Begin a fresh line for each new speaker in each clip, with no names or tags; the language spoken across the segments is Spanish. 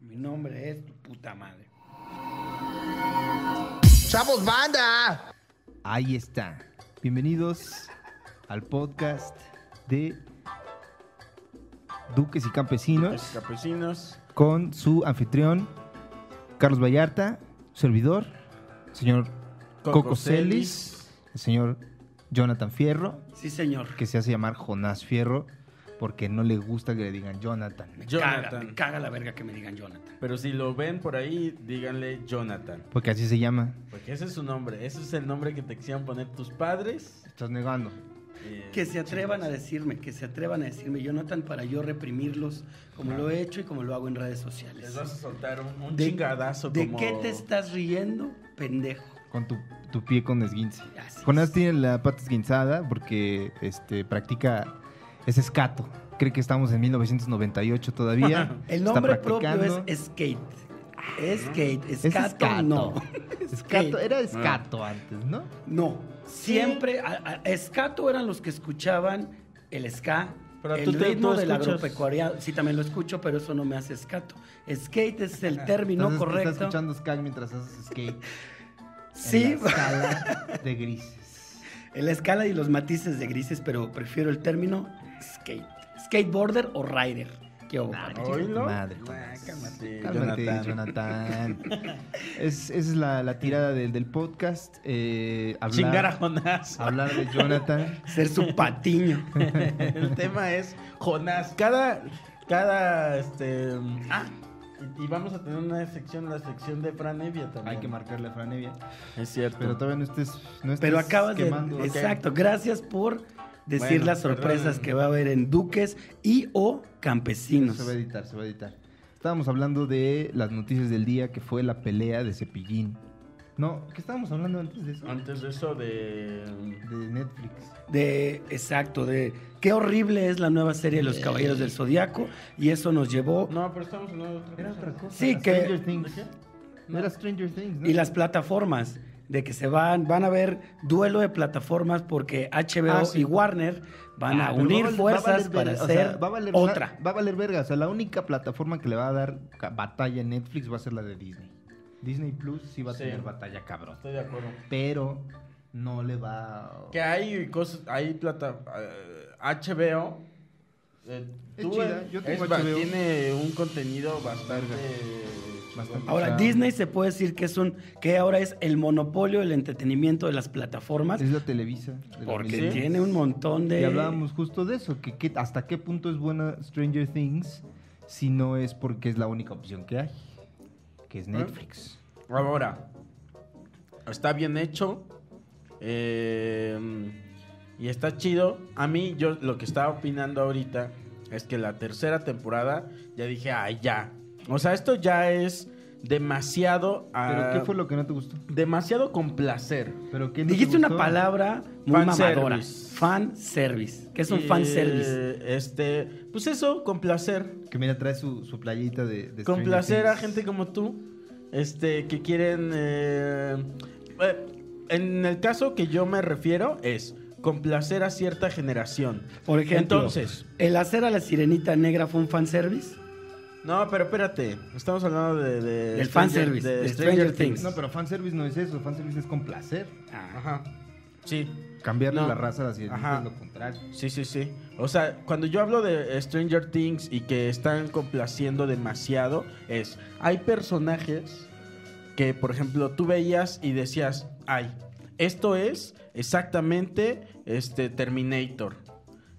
Mi nombre es tu puta madre.
¡Chavos, banda!
Ahí está. Bienvenidos al podcast de Duques y
Los
Campesinos
campesinos.
con su anfitrión Carlos Vallarta, servidor, señor Coco Celis, el señor Jonathan Fierro,
Sí, señor.
que se hace llamar Jonás Fierro porque no le gusta que le digan Jonathan.
Me caga,
Jonathan.
me caga la verga que me digan Jonathan.
Pero si lo ven por ahí, díganle Jonathan.
Porque así se llama.
Porque ese es su nombre. Ese es el nombre que te quisieran poner tus padres.
Estás negando.
Eh,
Que se atrevan a
chingos.
decirme, que se atrevan a decirme Jonathan para yo reprimirlos como lo he hecho y como lo hago en redes sociales.
Les vas a soltar un, un
¿De-
chingadazo
¿De
como...
qué te estás riendo, pendejo?
Con tu, tu pie con este esguince.
Así es.
Jonás tiene la pata esguinzada porque este, practica es escato. Cree que estamos en 1998 todavía.
El
Está
nombre propio es
practicando.
skate.
Ah.
Skate,
Es
escato, no.
Escato, era escato antes, ¿no?
No, siempre a- a- escato eran los que escuchaban el ska,
Pero
el
tú te-
ritmo
tú
del
escuchas-
agropecuario. Sí, también lo escucho, pero eso no me hace escato. Skate es el término
Entonces, Estás
correcto.
escuchando skag mientras haces skate.
Sí,
En la escala de grises.
en la escala y los matices de grises, pero prefiero el término skate. Skateboarder o rider. ¿Qué hubo,
Ah,
Nah,
papá?
¿Oílo?
Madre,
Nah,
Jonás.
cálmate,
Cálmate,
Jonathan.
Jonathan. Es, esa es la, la tirada del, del podcast. eh, hablar,
Chingar a Jonás.
hablar de Jonathan.
Ser su patiño.
el tema es Jonás. Cada... Cada, este... Ah, y, y vamos a tener una sección, la sección de Fran Evia también.
Hay que marcarle a Franevia.
Es cierto.
Pero todavía no estés, no estés
Pero acabas de.
quemando.
Exacto, gracias por decir
Bueno,
las sorpresas
perdón.
que va a haber en Duques y o Campesinos.
Se va a editar, se va a editar. Estábamos hablando de las noticias del día que fue la pelea de Cepillín. No, ¿qué estábamos hablando antes de eso?
Antes de eso de...
De Netflix.
De, exacto, de qué horrible es la nueva serie de Los Caballeros del Zodiaco y eso nos llevó
No, pero estamos hablando de otra
Era
cosa.
otra cosa.
Sí, que-
Stranger Things.
¿De qué?
No. Era Stranger Things, ¿no?
y las plataformas de que se van van a ver duelo de plataformas porque HBO
Ah, sí.
y Warner van
Ah,
a
pero
unir
va a val- va a
fuerzas
valer
para
verga, o
hacer
sea, va a valer-
otra.
Va a valer verga. O sea, la única plataforma que le va a dar ca- batalla a Netflix va a ser la de Disney. Disney Plus sí va a
Sí.
tener batalla cabrón.
Estoy de acuerdo.
Pero no le va a...
Que hay cosas, hay plata, eh, HBO. eh,
Es
tú,
chida,
eh,
yo tengo
es ba-
HBO.
Tiene un contenido bastante.
Bastante.
Ahora,
Ahora
o sea,
Disney se puede decir que es un que ahora es el monopolio del entretenimiento de las plataformas
Es la Televisa. de la
porque
Televisa.
sí.
tiene un montón de
Y hablábamos justo de eso, que, que hasta qué punto es buena Stranger Things si no es porque es la única opción que hay, que
Ah.
es Netflix.
ahora, está bien hecho. eh, y está chido. A mí, yo lo que estaba opinando ahorita es que la tercera temporada ya dije, ay, ya. O sea, esto ya es demasiado.
Pero
ah,
¿qué fue lo que no te gustó?
Demasiado con placer.
¿Pero qué no te
Dijiste una
gustó?
palabra muy
Fan
mamadora.
service.
Fan service. Que es un
Eh,
fan service.
Este, pues eso, con placer.
Que mira, trae su, su playita de... de
con
Stranger
placer a
Things.
gente como tú, este, que quieren... eh, eh, en el caso que yo me refiero es complacer a cierta generación.
Por ejemplo,
Entonces,
¿el hacer a la sirenita negra fue un fanservice?
no, pero espérate, estamos hablando de... de
Del
Stranger-
fanservice, de Stranger Things.
No, pero fanservice no es eso, fanservice es con placer.
Ajá, sí.
Cambiarle
No.
la raza a la sirenita
Ajá.
es lo contrario.
Sí, sí, sí. O sea, cuando yo hablo de Stranger Things y que están complaciendo demasiado, es, hay personajes que, por ejemplo, tú veías y decías, ay, esto es exactamente este Terminator.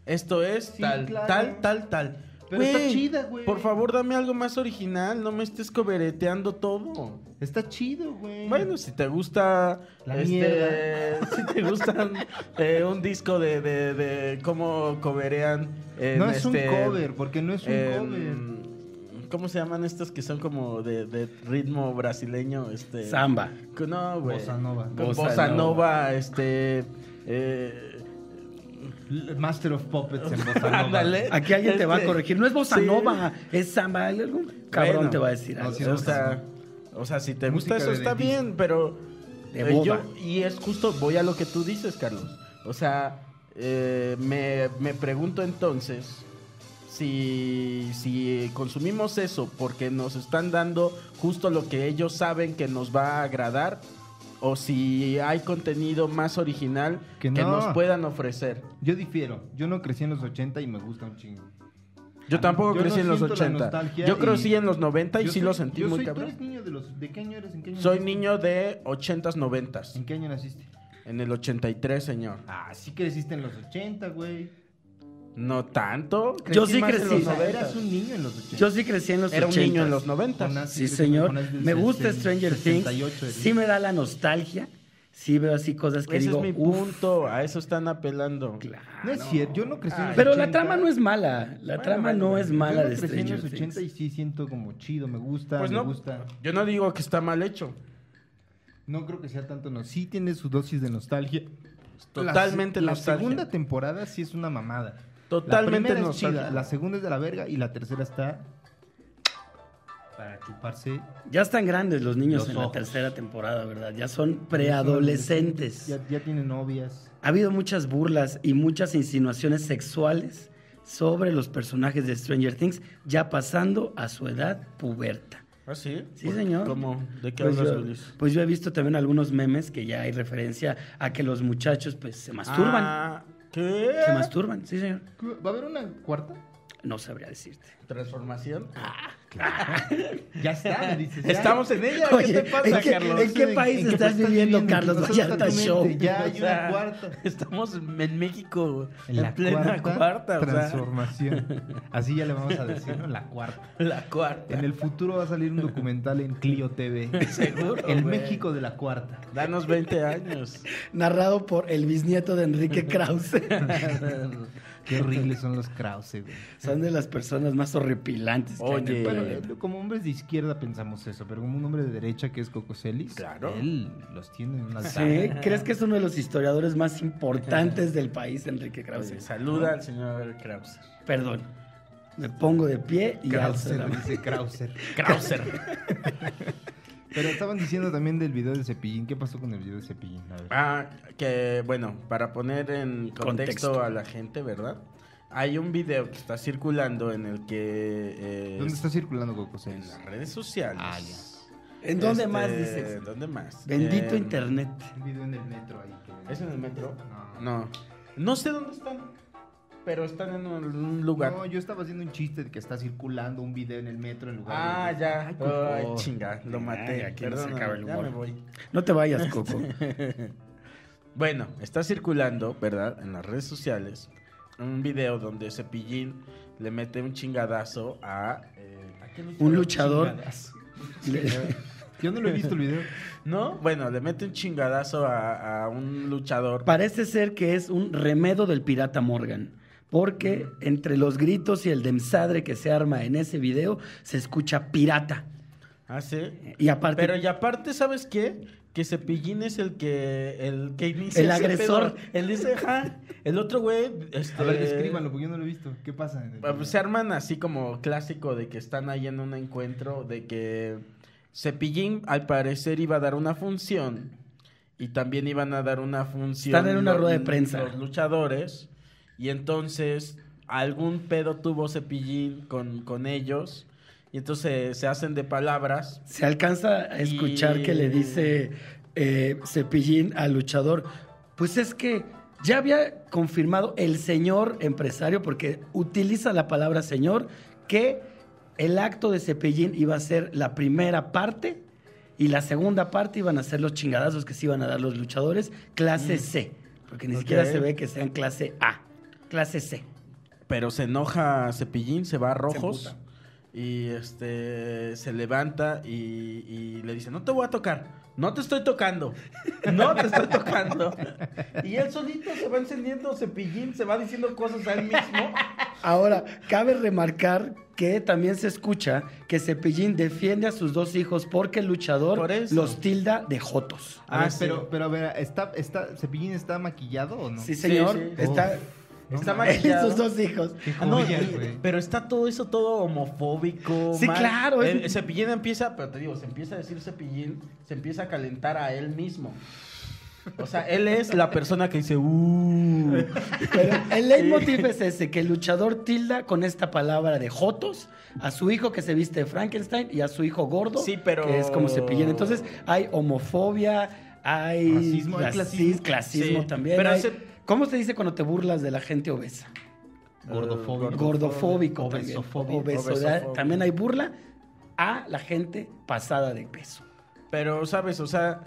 Esto es
Sí,
tal,
claro.
tal, tal, tal.
Pero está chida, güey.
Por favor, dame algo más original, no me estés cobereteando todo.
Está chido, güey.
Bueno, si te gusta.
La
este,
mierda.
Si te gustan eh, un disco de, de, de cómo coverean. en
no es
este,
un cover, porque no es un cover.
em, ¿Cómo se llaman estos que son como de, de ritmo brasileño? Este,
Samba.
que No, güey.
Bossa nova.
Con
Bossa
Bossa,
nova.
nova, este. eh,
Master of Puppets en Bossa Nova.
Ándale.
Aquí alguien te va a
Este,
corregir. No es bossa
sí.
nova, es samba. Algún cabrón
Bueno,
te va a decir
no,
algo.
sí,
o, sea, o sea, si te
Música
gusta eso
de
está
dentista.
bien, pero
De
eh, yo-
boba.
y es justo voy a lo que tú dices, Carlos. O sea, eh, me, me pregunto entonces si, si consumimos eso porque nos están dando justo lo que ellos saben que nos va a agradar o si hay contenido más original
Que
que,
no.
nos puedan ofrecer.
Yo difiero. Yo no crecí en los 80 y me gusta un chingo.
Yo tampoco
Yo
crecí
no
en los
siento la
80.
nostalgia
Yo
y-
crecí en los 90 y
Yo
sí
soy-
lo sentí
yo
muy
soy-
cabrón.
¿Tú eres niño de los... ¿De qué año eres? ¿En qué año
Soy
naciste?
niño de 80s, 90s.
¿En qué año naciste?
En el 83, señor.
Ah, sí creciste en los 80, güey.
No tanto.
Yo sí
más en
crecí.
O
los
sea,
90s.
eras un niño en los 80.
Yo sí crecí en los
Era un niño en
80s.
los 90.
Con
Sí,
Nancy,
señor.
con Nancy
Me gusta
desde el
Stranger Things.
68, el-
Sí me da la nostalgia. Sí veo así cosas que
Ese
digo.
es mi
"Uf,
punto. A eso están apelando.
claro".
No es cierto, yo no crecí en los
Pero
80.
la trama no es mala. La
Bueno,
trama
bueno,
no
bueno.
es mala
yo no
de
crecí
Stranger
en los 80
Things.
y sí siento como chido, me gusta,
Pues
me
no.
gusta.
Yo no digo que está mal hecho.
No creo que sea tanto, no. Sí tiene su dosis de nostalgia.
Totalmente
la,
nostalgia.
La segunda temporada sí es una mamada.
Totalmente
la primera es
nostálgico.
chida, la segunda es de la verga y la tercera está para chuparse.
Ya están grandes los niños
Los
en la
ojos.
tercera temporada, ¿verdad? Ya son preadolescentes.
Ya, ya tiene novias.
Ha habido muchas burlas y muchas insinuaciones sexuales sobre los personajes de Stranger Things ya pasando a su edad puberta.
¿Ah, sí?
Sí, señor.
¿Cómo? ¿De qué
Pues
hablas,
yo,
Luis?
pues yo he visto también algunos memes que ya hay referencia a que los muchachos pues se masturban.
Ah, ¿Qué?
Se masturban, sí, señor.
¿Va a haber una cuarta?
No sabría decirte.
¿Transformación?
Ya está, me dices. ya.
Estamos en ella. ¿Qué
Oye,
te pasa,
¿en qué-
Carlos?
en qué país estás viviendo, Carlos
Nosotros
Vallarta
exactamente,
Show?
Ya hay
O
una
sea,
cuarta.
Estamos en México, en,
En la
plena cuarta, o sea,
transformación. Así ya le vamos a decir, ¿no? La cuarta.
la cuarta.
En el futuro va a salir un documental en Clio TV.
Seguro,
El
güey.
México de la cuarta.
Danos 20 años.
Narrado por el bisnieto de Enrique Krause.
Qué horribles son los Krause, güey.
Son de las personas más horripilantes. que hay en el
Oye.
Bueno,
planeta.
eh, como hombres de izquierda pensamos eso, pero como un hombre de derecha que es Cocoselis,
Claro.
él los tiene en un altar.
Sí, ¿Crees que es uno de los historiadores más importantes del país, Enrique Krause?
Oye, saluda al señor Krauser.
Perdón. Me pongo de pie y alzo la
Krauser,
mano.
dice Krauser.
Krauser.
Pero estaban diciendo también del video de Cepillín. ¿Qué pasó con el video de Cepillín? A ver.
Ah, que bueno, para poner en contexto,
Contexto.
a la gente, ¿verdad? Hay un video que está circulando en el que... eh,
¿Dónde está circulando
En
Cocoselis?
las redes sociales.
Ah,
¿En dónde
Este,
más dices?
¿En dónde más?
Bendito
Eh,
internet.
Un video en el metro ahí. que-
¿Es en el metro?
No.
No. No sé dónde están, pero están en un- un lugar.
No, yo estaba haciendo un chiste de que está circulando un video en el metro en lugar
Ah,
de...
ya. Ay,
Coco.
chinga, lo
Ay,
maté.
aquí no se
Perdóname,
acaba el
ya
humor.
me voy.
No te vayas, Coco.
Bueno, está circulando, ¿verdad? En las redes sociales un video donde Cepillín le mete un chingadazo a... eh, ¿a qué
Un luchador.
Chingadazo.
Le-
Yo no lo he visto el video.
¿No? Bueno, le mete un chingadazo a, a un luchador.
Parece ser que es un remedo del pirata Morgan. Porque entre los gritos y el demsadre que se arma en ese video, se escucha pirata.
Ah, sí.
Y aparte,
Pero y aparte, ¿sabes qué? Que Cepillín es el que el que inicia
El
ese
agresor.
pedo. Él dice, ajá. El otro güey, este,
A ver, escríbanlo porque yo no lo he visto. ¿Qué pasa? en el video?
Pues, Se arman así como clásico de que están ahí en un encuentro, de que Cepillín al parecer iba a dar una función y también iban a dar una función.
Están en una
los-
rueda de prensa.
Los luchadores. Y entonces algún pedo tuvo Cepillín con, con ellos. Y entonces se hacen de palabras.
se alcanza a escuchar que le dice eh, Cepillín al luchador, pues es que ya había confirmado el señor empresario, porque utiliza la palabra señor, que el acto de Cepillín iba a ser la primera parte y la segunda parte iban a ser los chingadazos que se iban a dar los luchadores, clase C, porque ni
Ok.
siquiera se ve que sean clase A, clase C.
Pero se enoja Cepillín, se va a rojos.
emputa.
Y este se levanta y, y le dice, no te voy a tocar, no te estoy tocando, no te estoy tocando. Y él solito se va encendiendo cepillín, se va diciendo cosas a él mismo.
Ahora, cabe remarcar que también se escucha que Cepillín defiende a sus dos hijos porque el luchador
Por eso.
los tilda de jotos.
A ver,
Ah, sí.
pero, pero a ver, ¿está, está, ¿Cepillín está maquillado o no?
Sí, señor.
sí.
Está,
No
Está
él
mames.
y
maquillado.
sus dos hijos.
Qué
Ah, no,
joya,
y-
güey.
pero está todo eso todo homofóbico.
Sí, claro, es-
Eh, Cepillín empieza, pero te digo, se empieza a decir cepillín, se empieza a calentar a él mismo. O sea, él es la persona que dice, uh.
Pero el leitmotiv es ese, que el luchador tilda con esta palabra de Jotos a su hijo que se viste de Frankenstein y a su hijo gordo,
Sí, pero-
que es como cepillín. Entonces hay homofobia, hay
Racismo, hay
racis-
clasismo.
clasismo,
Sí,
también.
pero
hay-
hace-
¿Cómo se dice cuando te burlas de la gente obesa?
Gordofóbico.
Gordofóbico, también.
Obesofobia.
Obesidad.
Obesofobia.
También hay burla a la gente pasada de peso.
Pero, ¿sabes? O sea,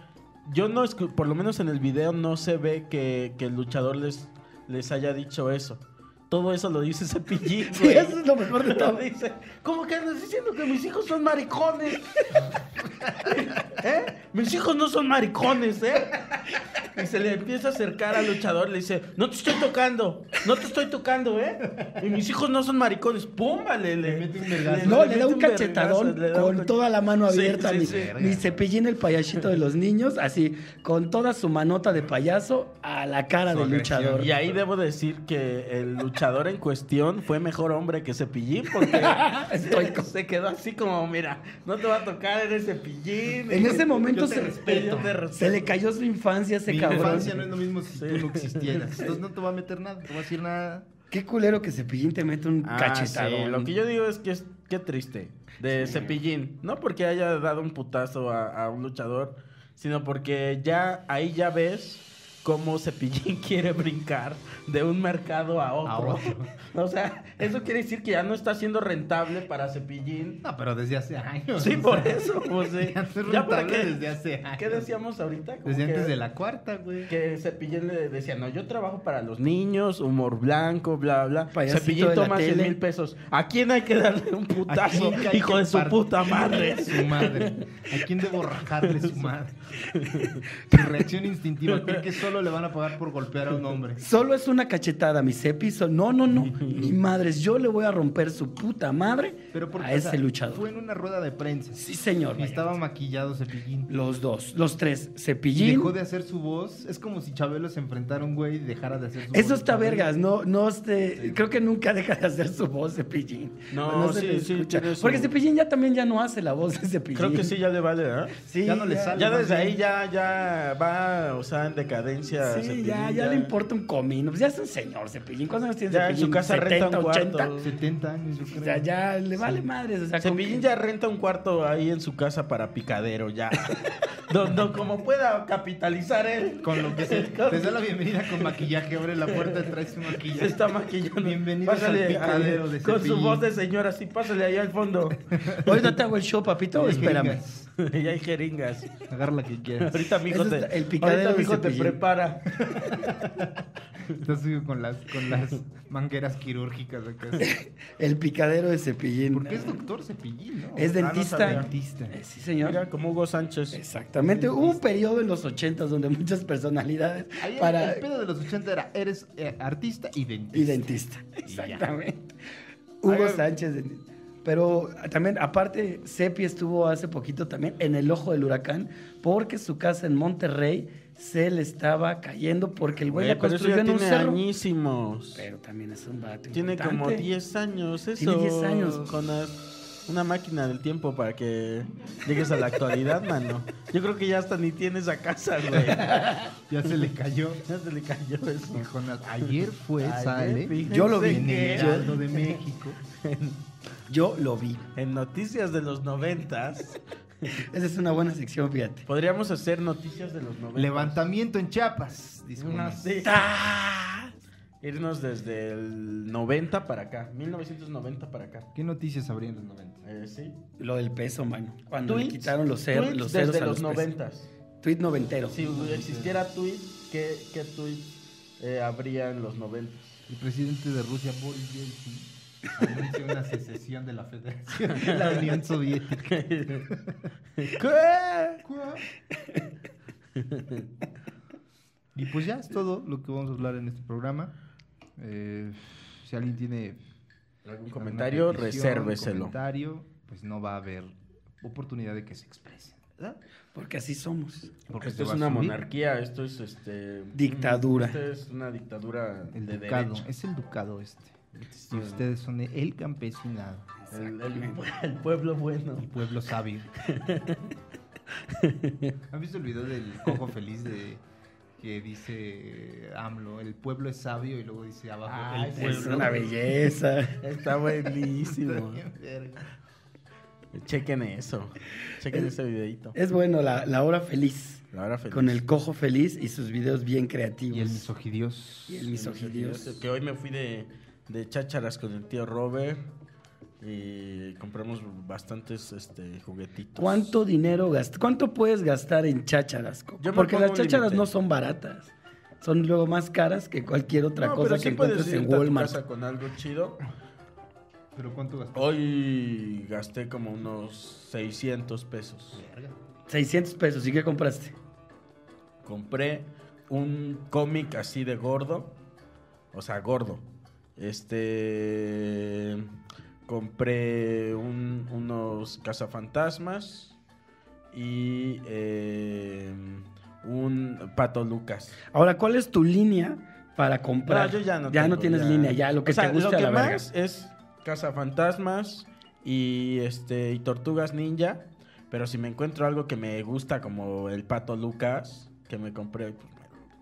yo no, escu- por lo menos en el video no se ve que, que el luchador les, les haya dicho eso. Todo eso lo dice Cepillín,
Sí,
güey.
eso es lo mejor de todo.
Dice, ¿Cómo que andas diciendo que mis hijos son maricones? ¿Eh? Mis hijos no son maricones, ¿eh? Y se le empieza a acercar al luchador, le dice, no te estoy tocando, no te estoy tocando, ¿eh? Y mis hijos no son maricones, ¡pumba! Le, le-
mete un vergazo.
No, le
mete
da un
vergazo,
cachetadón
le da un
con
cach-
toda la mano
Sí,
abierta.
sí,
mi,
sí.
mi cepillín, el payasito de los niños, así, con toda su manota de payaso a la cara
Su
del
agresión.
luchador.
Y ahí debo decir que el luchador en cuestión fue mejor hombre que Cepillín porque
Estoico.
se, se quedó así como, mira, no te va a tocar, eres Cepillín.
En ese momento
Yo te
se,
respeto, yo te respeto.
se le cayó su infancia a ese
Mi
cabrón.
infancia no es lo mismo si tú
Sí.
no existieras. Entonces no te va a meter nada, no te va a decir nada.
Qué culero que Cepillín te mete un
Ah,
cachetadón.
sí, Lo que yo digo es que es qué triste de Cepillín. No porque haya dado un putazo a, a un luchador, sino porque ya ahí ya ves cómo Cepillín quiere brincar de un mercado a otro.
A otro.
o sea, eso quiere decir que ya no está siendo rentable para Cepillín.
No, pero desde hace años.
Sí,
o
por
sea,
eso, pues sí.
Ya fue
Ya para
rentable
qué-
desde hace años.
¿Qué decíamos ahorita? Como
Desde
que-
antes de la cuarta, güey.
que Cepillín le decía, no, yo trabajo para los niños, humor blanco, bla, bla.
Payasito
Cepillín
de la
toma 100
tele.
mil pesos. ¿A quién hay que darle un
¿A
putazo,
quién hay que
hijo de su
partir-
puta madre?
Su madre. ¿A quién debo rajarle su madre? Su reacción instintiva. Creo que solo le van a pagar por golpear a un hombre.
Solo es una cachetada, mi Cepi. so- No, no, no. Ni madres. Yo le voy a romper su puta madre
Pero porque,
a
o
ese
sea,
luchador.
Fue en una rueda de prensa.
Sí, señor.
Y
vaya.
estaba maquillado Cepillín.
Los dos, los tres.
Y
Cepillín.
dejó de hacer su voz. Es como si Chabelo se enfrentara a un güey y dejara de hacer su voz.
Eso
de
está
Chabelo.
vergas, no, no este, creo que nunca deja de hacer su voz de Cepillín.
No, sí,
le
sí,
escucha.
tiene su-
Porque Cepillín ya también ya no hace la voz de Cepillín.
Creo que sí, ya le vale, ¿eh? ¿verdad?
Sí,
Ya no le sale.
Ya desde ahí ya, ya va, o sea, en decadencia.
Sí,
Cepillín,
ya, ya le importa un comino. Pues ya es un señor Cepillín. ¿Cuántos años tiene
Ya en
Cepillín?
su casa renta un cuarto.
70 años, yo creo.
O sea, ya le vale madres. O sea, con
Cepillín
que-
ya renta un cuarto ahí en su casa para picadero, ya. no, no, como pueda capitalizar él.
Con lo que se. Te da la bienvenida con maquillaje. Abre la puerta y trae su maquillaje.
Se está maquillando.
Bienvenidos al
Pásale
picadero de
Con su
Cepillín.
voz de señora, así, pásale ahí al fondo.
Ahorita te hago el show, papito.
Todo
Espérame.
y hay jeringas.
Agarra la que quieras.
Ahorita mi hijo
Eso
te,
está- el picadero
ahorita mi
de
hijo te
Cepillín.
prepara.
Estás subido con las, con las mangueras quirúrgicas acá.
El picadero de Cepillín.
Porque es doctor Cepillín, ¿no?
Es
Ah, no
dentista.
sabía.
Dentista.
Eh, Sí, señor.
Mira, como Hugo Sánchez.
Exactamente. Hubo un periodo en los ochentas donde muchas personalidades
Ahí el-
para
El pedo de los 80 era, eres eh, artista y dentista.
y dentista.
Y ya.
Exactamente. Hugo
Hagan-
Sánchez. dentista. Pero también, aparte, Sepi estuvo hace poquito también en el ojo del huracán porque su casa en Monterrey se le estaba cayendo porque el güey
Güey,
la
pero eso ya
construyó en un
tiene
cerro.
añísimos.
Pero también es un vato
tiene como
importante.
10 años eso.
Tiene 10 años.
Con as- una máquina del tiempo para que llegues a la actualidad, mano. Yo creo que ya hasta ni tienes a casa, güey.
Ya se le cayó.
Ya se le cayó eso.
Dijo, "No, Ayer fue,
Ayer,
sale.
fíjense
Yo lo vi
que-
en el Heraldo de México.
Yo lo vi.
En noticias de los noventas.
Esa es una buena sección, fíjate.
Podríamos hacer noticias de los noventas.
Levantamiento en Chiapas. dice uno.
Una sí. Irnos desde el 90 para acá, 1990 para acá.
¿Qué noticias habría en los 90?
Eh, sí.
Lo del peso, mano. Cuando
Tweets,
le quitaron los, cer-
tweets
los ceros
desde
a
los
los pesos.
90.
Tweet noventero.
Si existiera tweet, ¿qué, qué tweet eh, habría en los 90?
El presidente de Rusia, Boris Yeltsin, anuncia una secesión de la Federación de la Unión Soviética.
¿Qué?
Y pues ya es todo lo que vamos a hablar en este programa. Eh, si alguien tiene
¿Algún
alguna
comentario?
petición,
Resérveselo.
comentario, pues no va a haber oportunidad de que se exprese, ¿verdad?
Porque así somos.
Porque se
esto es
va a
una
asumir
monarquía, esto es este.
Dictadura.
Esto es una dictadura
El
de
ducado,
derecho.
es el ducado este. Y
Sí.
ustedes son el campesinado,
El, el- el pueblo bueno.
el pueblo sabio. ¿Han visto el video del cojo feliz de que dice AMLO, el pueblo es sabio y luego dice abajo
Ah,
el
sí,
pueblo.
Es una belleza.
Está buenísimo.
Bien verga.
Chequen eso. Chequen
Es-
ese videito.
Es bueno la, la hora feliz,
La hora feliz.
Con el cojo feliz y sus videos bien creativos.
Y el misogidios.
Y el misogidios.
Que hoy me fui de, de chácharas con el tío Robert y compramos bastantes este, juguetitos.
¿Cuánto dinero gast- ¿Cuánto puedes gastar en chácharas? Coco?
Yo me
Porque
pongo
las
un
chácharas
límite.
no son baratas. Son luego más caras que cualquier otra
No,
cosa
pero
que
sí puedes
encuentres en
irte a tu
Walmart.
casa con algo chido.
¿Pero cuánto gastó?
Hoy gasté como unos 600 pesos.
600 pesos. ¿Y qué compraste?
Compré un cómic así de gordo. O sea, gordo. Este. Compré un- unos cazafantasmas. Y. eh, un pato Lucas.
Ahora, ¿cuál es tu línea para comprar?
No, yo ya no
Ya no
tengo,
tienes
ya.
línea, ya lo que
O sea,
te gusta
Lo que
la verga.
más es cazafantasmas y este y tortugas ninja, pero si me encuentro algo que me gusta como el pato Lucas que me compré pues,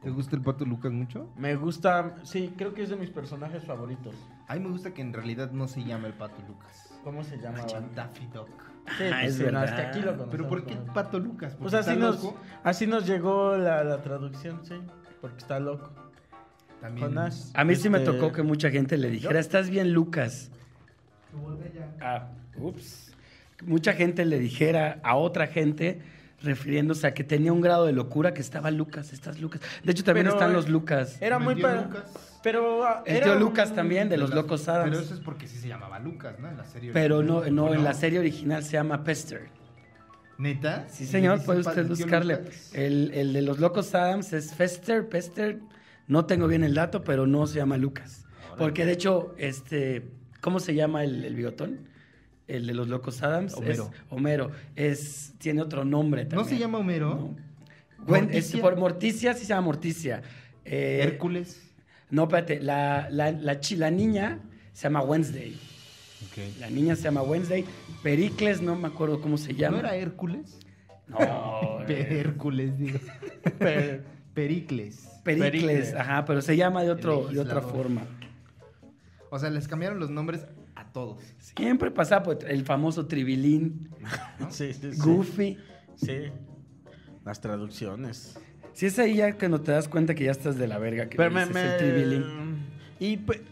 ¿Te gusta el pato Lucas mucho?
me me gusta, sí, creo que es de mis personajes favoritos.
A mí me gusta que en realidad no se llama el pato Lucas.
¿Cómo se llama?
Llaman Daffy Duck.
Sí, pues
Ah, es
sí, no,
verdad.
hasta aquí lo conocemos
¿Pero por qué
como-
pato Lucas?
Pues
Porque
así
está
nos,
loco.
así nos llegó la, la traducción, sí, porque está loco.
También.
Jonás.
A mí sí me
este,
tocó que mucha gente le dijera,
¿yo?
estás bien, Lucas. Ah, ups. Mucha gente le dijera a otra gente, refiriéndose a que tenía un grado de locura, que estaba Lucas, estás Lucas. De hecho, también
Pero,
están
eh,
los Lucas.
Era
El
muy
tío
pa-
Lucas.
Pero ah,
El
era
tío
un-
Lucas también, de los Locos
Pero
Adams.
eso es porque sí se llamaba Lucas, ¿no? En la serie.
Pero no,
original.
no, en la serie original se llama Pester.
¿Neta?
Sí,
¿Y
señor,
dice
puede
pa-
usted
el tío
buscarle. eh,
Lucas?
El, el de los Locos Adams es Fester, Pester. No tengo bien el dato, pero no se llama Lucas. Porque de hecho, este, ¿cómo se llama el, el bigotón? El de los Locos Adams.
Homero.
Es Homero. Es, tiene otro nombre también.
¿No se llama Homero?
No. Gwen- es-
¿Morticia?
por Morticia sí se llama Morticia. Eh,
Hércules.
No, espérate. La, la, la, chi- la niña se llama Wednesday. La niña se llama Wednesday. Pericles, no me acuerdo cómo se llama.
¿No era Hércules?
No, eh.
Hércules, digo.
Pe-
Pericles.
Pericles,
Pericles.
ajá, pero se llama de, otro,
El
de otra
legislador.
forma.
O sea, les cambiaron los nombres a todos.
Siempre pasaba por el famoso Tribilín,
sí, sí, sí.
Goofy.
Sí. Las traducciones.
Si es ahí ya cuando te das cuenta que ya estás de la verga que
Pero me,
dices
me-
el Tribilín.
¿Y pe-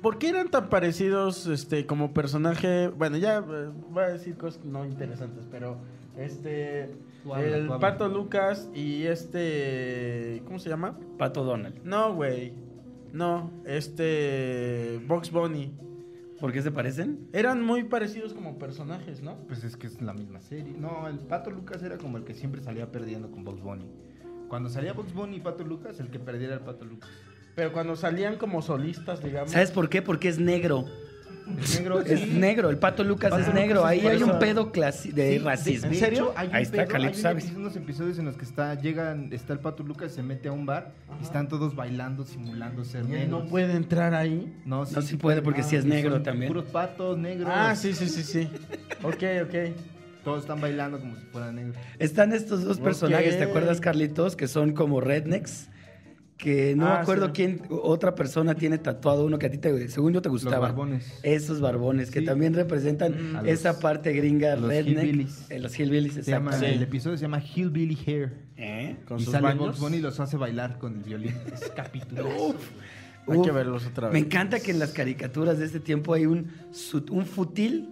por qué eran tan parecidos este, como personaje? Bueno, ya eh, voy a decir cosas no interesantes, pero este.
Tú habla,
el
tú habla.
Pato Lucas y este. ¿Cómo se llama?
Pato Donald.
No, güey. No, este. Box Bunny.
¿Por qué se parecen?
Eran muy parecidos como personajes, ¿no?
Pues es que es la misma serie. No, el Pato Lucas era como el que siempre salía perdiendo con Bugs Bunny. Cuando salía Bugs Bunny y Pato Lucas, el que perdiera era el Pato Lucas.
Pero cuando salían como solistas, digamos.
¿Sabes por qué? Porque es negro.
El negro
Es
sí.
negro, el Pato Lucas
Pato
es
Lucas
negro.
es
Ahí hay un
parecido.
pedo clasi- de
Sí,
racismo.
de- de hecho, hay un
Ahí está,
pedo-
Calipso,
hay un
¿sabes?
episodio- unos episodios en los que está, llegan, está el Pato Lucas, se mete a un bar y están todos bailando, simulando ser
Y él
negros.
no puede entrar ahí.
No,
No, sí puede, porque sí es
y
negro
son
también.
Puros patos negros.
Ah, sí, sí, sí, sí. ok, ok.
Todos están bailando como si fueran negros.
Están estos dos
Ok.
personajes, ¿te acuerdas, Carlitos? Que son como rednecks. Que no
Ah,
me acuerdo
sí.
quién, otra persona tiene tatuado uno que a ti, te, según yo, te gustaba.
barbones.
Eh,
Esos barbones, que
Sí.
también representan
Mm. A
esa
los-
parte gringa
los
redneck.
hillbillies.
Eh, los hillbillies,
Se llama,
exacto.
Sí.
El episodio se llama Hillbilly Hair.
¿Eh?
Con
y
sus
sale
baños.
Bugs Bunny y los hace bailar con el violín. Es capítulo.
Uf,
Hay
uf.
que verlos otra vez.
Me encanta que en las caricaturas de este tiempo hay un, sut- un futil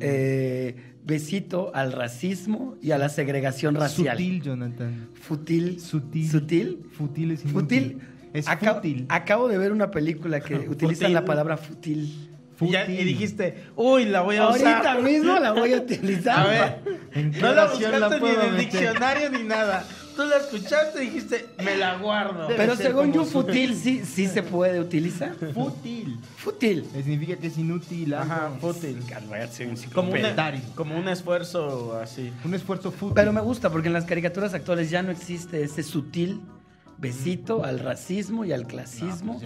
eh, besito al racismo y a la segregación racial.
Sutil, Jonathan.
Futil.
Sutil.
Sutil.
Futil es
Futil.
inútil. Es
Aca-
fútil.
Ah,
Acabo de ver una película que utiliza
Futil.
la palabra futil.
Y, ya- y
Fútil.
dijiste, uy, la voy a usar.
Ahorita mismo la voy a utilizar.
A ver,
¿En qué
no la
oración
buscaste
la
ni en
puedo
el
meter?
diccionario ni nada. Tú la escuchaste y dijiste, me la guardo.
Debe
Pero
ser
según
como
yo,
su-
futil sí, sí se puede utilizar.
Fútil.
Futil.
Eh, Significa que es inútil.
Ajá,
algo.
fútil. Como,
Como
una-
una-
como un esfuerzo así.
Un esfuerzo fútil.
Pero me gusta porque en las caricaturas actuales ya no existe ese sutil
Mm.
besito al racismo y al clasismo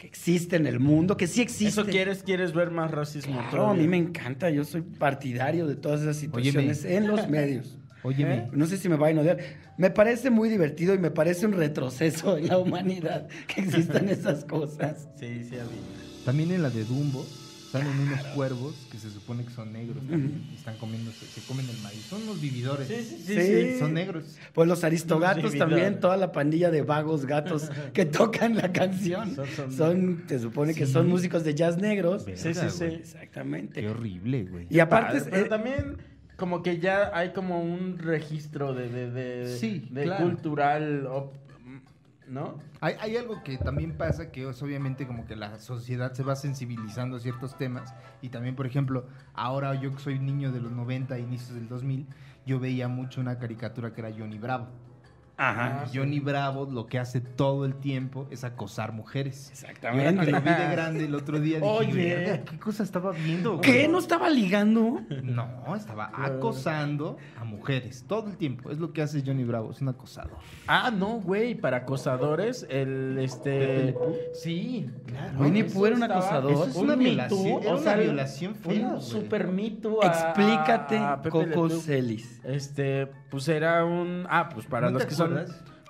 que existe en el mundo, que sí existe.
pues ¿Eso quieres? ¿Quieres ver más racismo?
Claro,
todavía?
a mí me encanta. Yo soy partidario de todas esas situaciones en los medios.
Óyeme.
¿Eh?
No sé si me vayan a odiar. Me parece muy divertido y me parece un retroceso en la humanidad que existan esas cosas.
Sí, sí, a mí.
También en la de Dumbo salen unos cuervos que se supone que son negros también, y están comiéndose, se comen el maíz. Son unos vividores.
Sí, sí, sí, sí.
Son negros.
Pues los aristogatos
Sí,
también,
vida.
toda la pandilla de vagos gatos que tocan la canción.
Son- son-
Son, se supone que
Sí.
son músicos de jazz negros.
Sí, sí, sí.
güey. Qué
Exactamente.
horrible, güey.
Y aparte,
Padre, pero
eh,
también como que ya hay como un registro de, de, de-
Sí,
de
claro.
cultural, op- ¿no?
Hay, hay algo que también pasa que es obviamente como que la sociedad se va sensibilizando a ciertos temas y también, por ejemplo, ahora yo que soy niño de los 90, inicios del 2000, yo veía mucho una caricatura que era Johnny Bravo.
ajá,
Ah, sí.
Johnny Bravo lo que hace todo el tiempo es acosar mujeres. Yo ahora que
exactamente.
lo vi de grande el otro día dije,
Oye.
"Verga, ¿qué cosa estaba viendo? güey?"
¿Qué? ¿No estaba ligando?
No, estaba acosando a mujeres todo el tiempo. Es lo que hace Johnny Bravo, es un acosador.
Ah, no, güey, para acosadores, el este... Sí, claro.
Winnie
Eso
Pooh era un
estaba-
acosador.
eso
Eso
es
es
un
una
Me Too,
violación, era
o
una
sea,
violación fea,
Un
güey.
super mito.
Explícate,
Ah,
Coco
Celis.
Celis.
Este, pues era un... Ah, pues para
¿No
los
te
que
acuerdas?
son...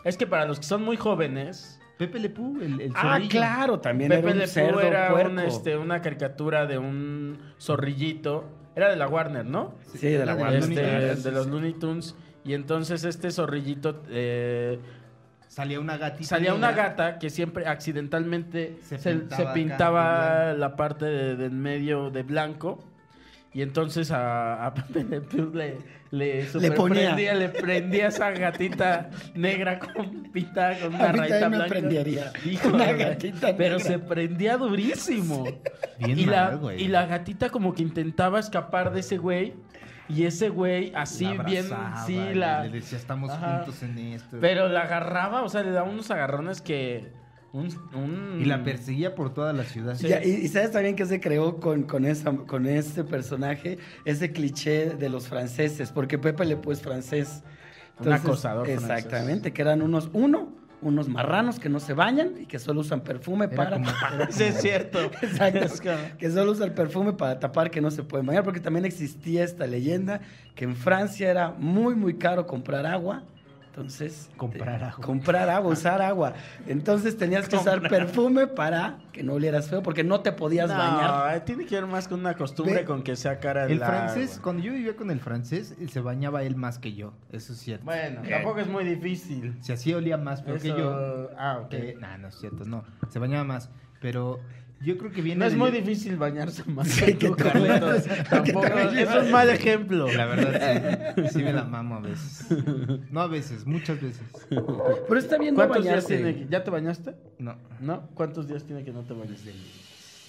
Es que para los que son muy jóvenes...
Pepe Le Pew, el, el
Ah,
zorrillo.
claro, también
Pepe
era
Le
un
Pew
cerdo
era un,
puerco.
este, una caricatura de un zorrillito. Era de la Warner, ¿no?
Sí, de la
Era
Warner.
Este,
Looney Tunes.
de los Looney Tunes. Y entonces este zorrillito eh,
Salía una gatita.
salía una
negra.
gata que siempre accidentalmente se,
Se
se
pintaba
pintaba,
acá, de
la parte de, de en medio de blanco. Y entonces a, a Pepe Le Pew le, le,
ponía.
superprendía, le prendía esa gatita negra con pintada con una
A mí
rayita
también me
blanca.
prendería
Híjole,
una
güey.
gatita
Pero
negra.
se prendía durísimo.
Bien
y,
mal,
la,
güey.
y la gatita como que intentaba escapar de ese güey. Y ese güey así
La
bien,
abrazaba
sí,
y
la...
Le decía, estamos
Ajá.
juntos en esto.
Pero la agarraba, o sea, le daba unos agarrones que... Un, un-
y la perseguía por toda la ciudad.
mm. Sí.
Ya, y, y sabes también que se creó con, con, esa, con este personaje, ese cliché de los franceses, porque Pepe Le Pew es francés.
Un acosador francés.
Exactamente, que eran unos, uno, unos marranos que no se bañan y que solo usan perfume
Era
para...
como- era
Sí, es
como-
cierto.
Exacto.
Es como-
que solo usa el perfume para tapar que no se pueden bañar, porque también existía esta leyenda que en Francia era muy, muy caro comprar agua. Entonces,
Comprar
te-
agua.
comprar agua, usar agua. Entonces tenías que usar perfume para que no olieras feo, porque no te podías bañar.
No, tiene que ver más con una costumbre
Ve,
con que sea cara
El
la-
francés, cuando yo vivía con el francés, él se bañaba él más que yo. Eso es cierto.
Bueno, tampoco es muy difícil.
Si así olía más pero Eh. que
Eso-
yo. eh,
ah, ok.
que- nah, no es cierto, no. Se bañaba más. Pero yo creo que viene. e-
No es
de-
muy difícil bañarse más
Sí,
que
que
tú,
te
Carlitos.
bañas-
Tampoco,
que te bañas.
es un mal ejemplo.
La verdad, sí. Sí me la mamo a veces. No a veces, muchas veces.
Pero está bien no
¿Cuántos días
bañarse.
tiene que- ¿Ya te bañaste?
No.
¿No? ¿Cuántos días tiene que no te bañas?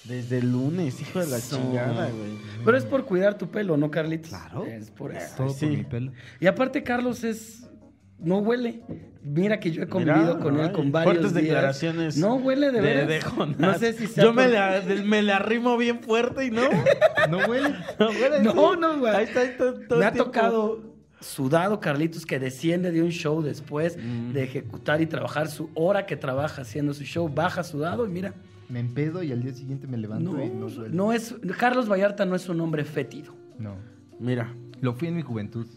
Desde el lunes, hijo de la
Eso.
chingada, güey.
Pero es por cuidar tu pelo, ¿no, Carlitos?
Claro.
Es por eso.
Todo
Sí.
por mi pelo.
Y aparte, Carlos es. No huele. Mira que yo he convivido
Mira,
con él
ay,
con varios
fuertes
días.
declaraciones.
No huele de, veras.
Jonás.
No sé si sea
Yo me
por-
la, me la arrimo bien fuerte y no.
No huele.
No, güey,
No,
sí.
no, güey.
Ahí está, ahí está todo
Me
el
ha
tiempo.
tocado sudado Carlitos que desciende de un show después
Mm.
de ejecutar y trabajar su hora que trabaja haciendo su show, baja sudado y mira,
Me empedo y al día siguiente me levanto
no,
y no duele.
no es Carlos Vallarta no es un hombre fétido.
No.
Mira.
Lo fui en mi juventud.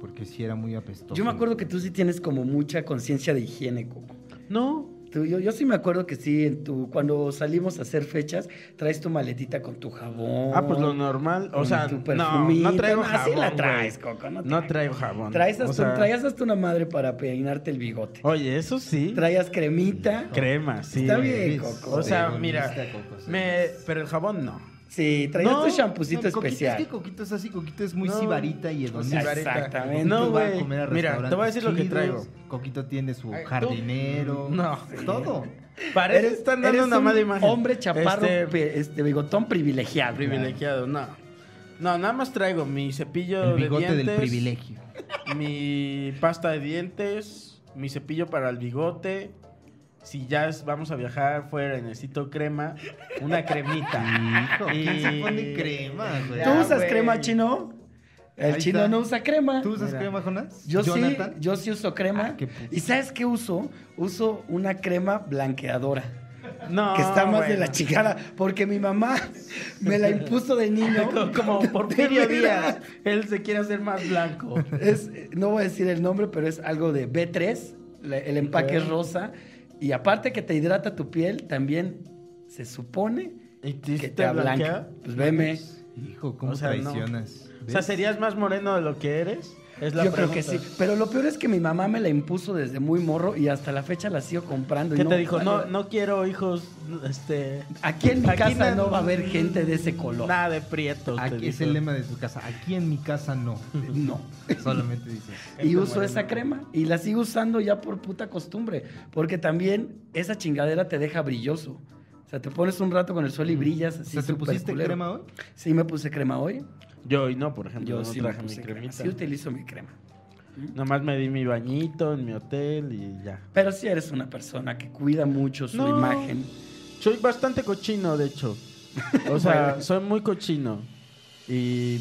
Porque sí era muy apestoso.
Yo me acuerdo que tú sí tienes como mucha conciencia de higiene, Coco.
No.
Tú- yo, yo sí me acuerdo que sí, en tu, cuando salimos a hacer fechas, traes tu maletita con tu jabón.
Ah, pues lo normal. O
con
sea,
tu
no,
perfumito.
no traigo
No,
jabón.
sí la
güey.
traes, Coco. No,
No traigo jabón.
traes
O
hasta,
sea,
traías hasta una madre para peinarte el bigote.
Oye, eso sí.
Traías cremita.
Crema, sí.
Está
güey.
bien, Coco.
O sea,
Pero
mira.
lista, Coco, sí.
Me... Pero el jabón no.
Sí, traías
No,
tu champucito
No, Coquito,
especial.
Es que Coquito es así, Coquito es muy
No.
sibarita y hedonista.
Sibarita.
Exactamente.
No,
Coquito va a
güey.
comer a
Mira, te voy a
restaurantes
decir lo que traigo.
Coquito tiene su
Ay, tú-
jardinero.
No.
Todo.
Parece
Eres-
están dando
eres
una
un
mala imagen.
Hombre chaparro,
Este,
pe- este bigotón privilegiado.
privilegiado, no. No, nada más traigo mi cepillo
El bigote
de dientes.
del privilegio.
mi pasta de dientes, mi cepillo para el bigote. Si ya es- vamos a viajar fuera y necesito crema, una cremita.
Hijo, ¿quién se pone crema, güey?
¿Tú
Ya,
usas
güey.
crema chino? El
Ahí
chino
está.
no usa crema.
¿Tú usas
Mira.
crema, Jonas?
Yo
¿Jonathan?
sí, yo sí uso crema.
Ah, qué puto.
¿Y sabes qué uso? Uso una crema blanqueadora.
No,
que está más de
Ah, bueno.
la chingada, porque mi mamá me la impuso de niño.
Co- Como Porfirio
De veras.
Díaz. Él se quiere hacer más blanco.
Es, no voy a decir el nombre, pero es algo de B3, la- el empaque es rosa, y aparte que te hidrata tu piel, también se supone
¿Y
que te ablanca. Pues veme.
Hijo, ¿cómo
O sea, no.
traicionas?
O sea,
¿Ves?
¿serías más moreno de lo que eres? Es la
Yo creo que sí.
pregunta.
Pero lo peor es que mi mamá me la impuso desde muy morro y hasta la fecha la sigo comprando. y
¿Qué
no-
te dijo? No, no quiero hijos, este...
Ah,
Aquí en mi
Aquí
casa
no-
no va a haber gente de ese color.
Nada de prietos. te
Aquí es
dijo.
el lema de tu casa. Aquí en mi casa no.
No.
Solamente dices.
Y
Gente
uso
morena.
esa crema y la sigo usando ya por puta costumbre, porque también esa chingadera te deja brilloso. O sea, te pones un rato con el
Mm.
sol y brillas así.
O sea, ¿te
súper
pusiste
culero.
crema hoy?
Sí, me puse crema hoy.
Yo hoy no, por ejemplo.
Yo
Ah, no
sí pues, me
traje mi
puse crema.
cremita.
Sí utilizo mi crema.
Nomás me di mi bañito en mi hotel y ya.
Pero si eres una persona que cuida mucho su
No.
imagen.
Soy bastante cochino, de hecho. O sea, soy muy cochino. Y...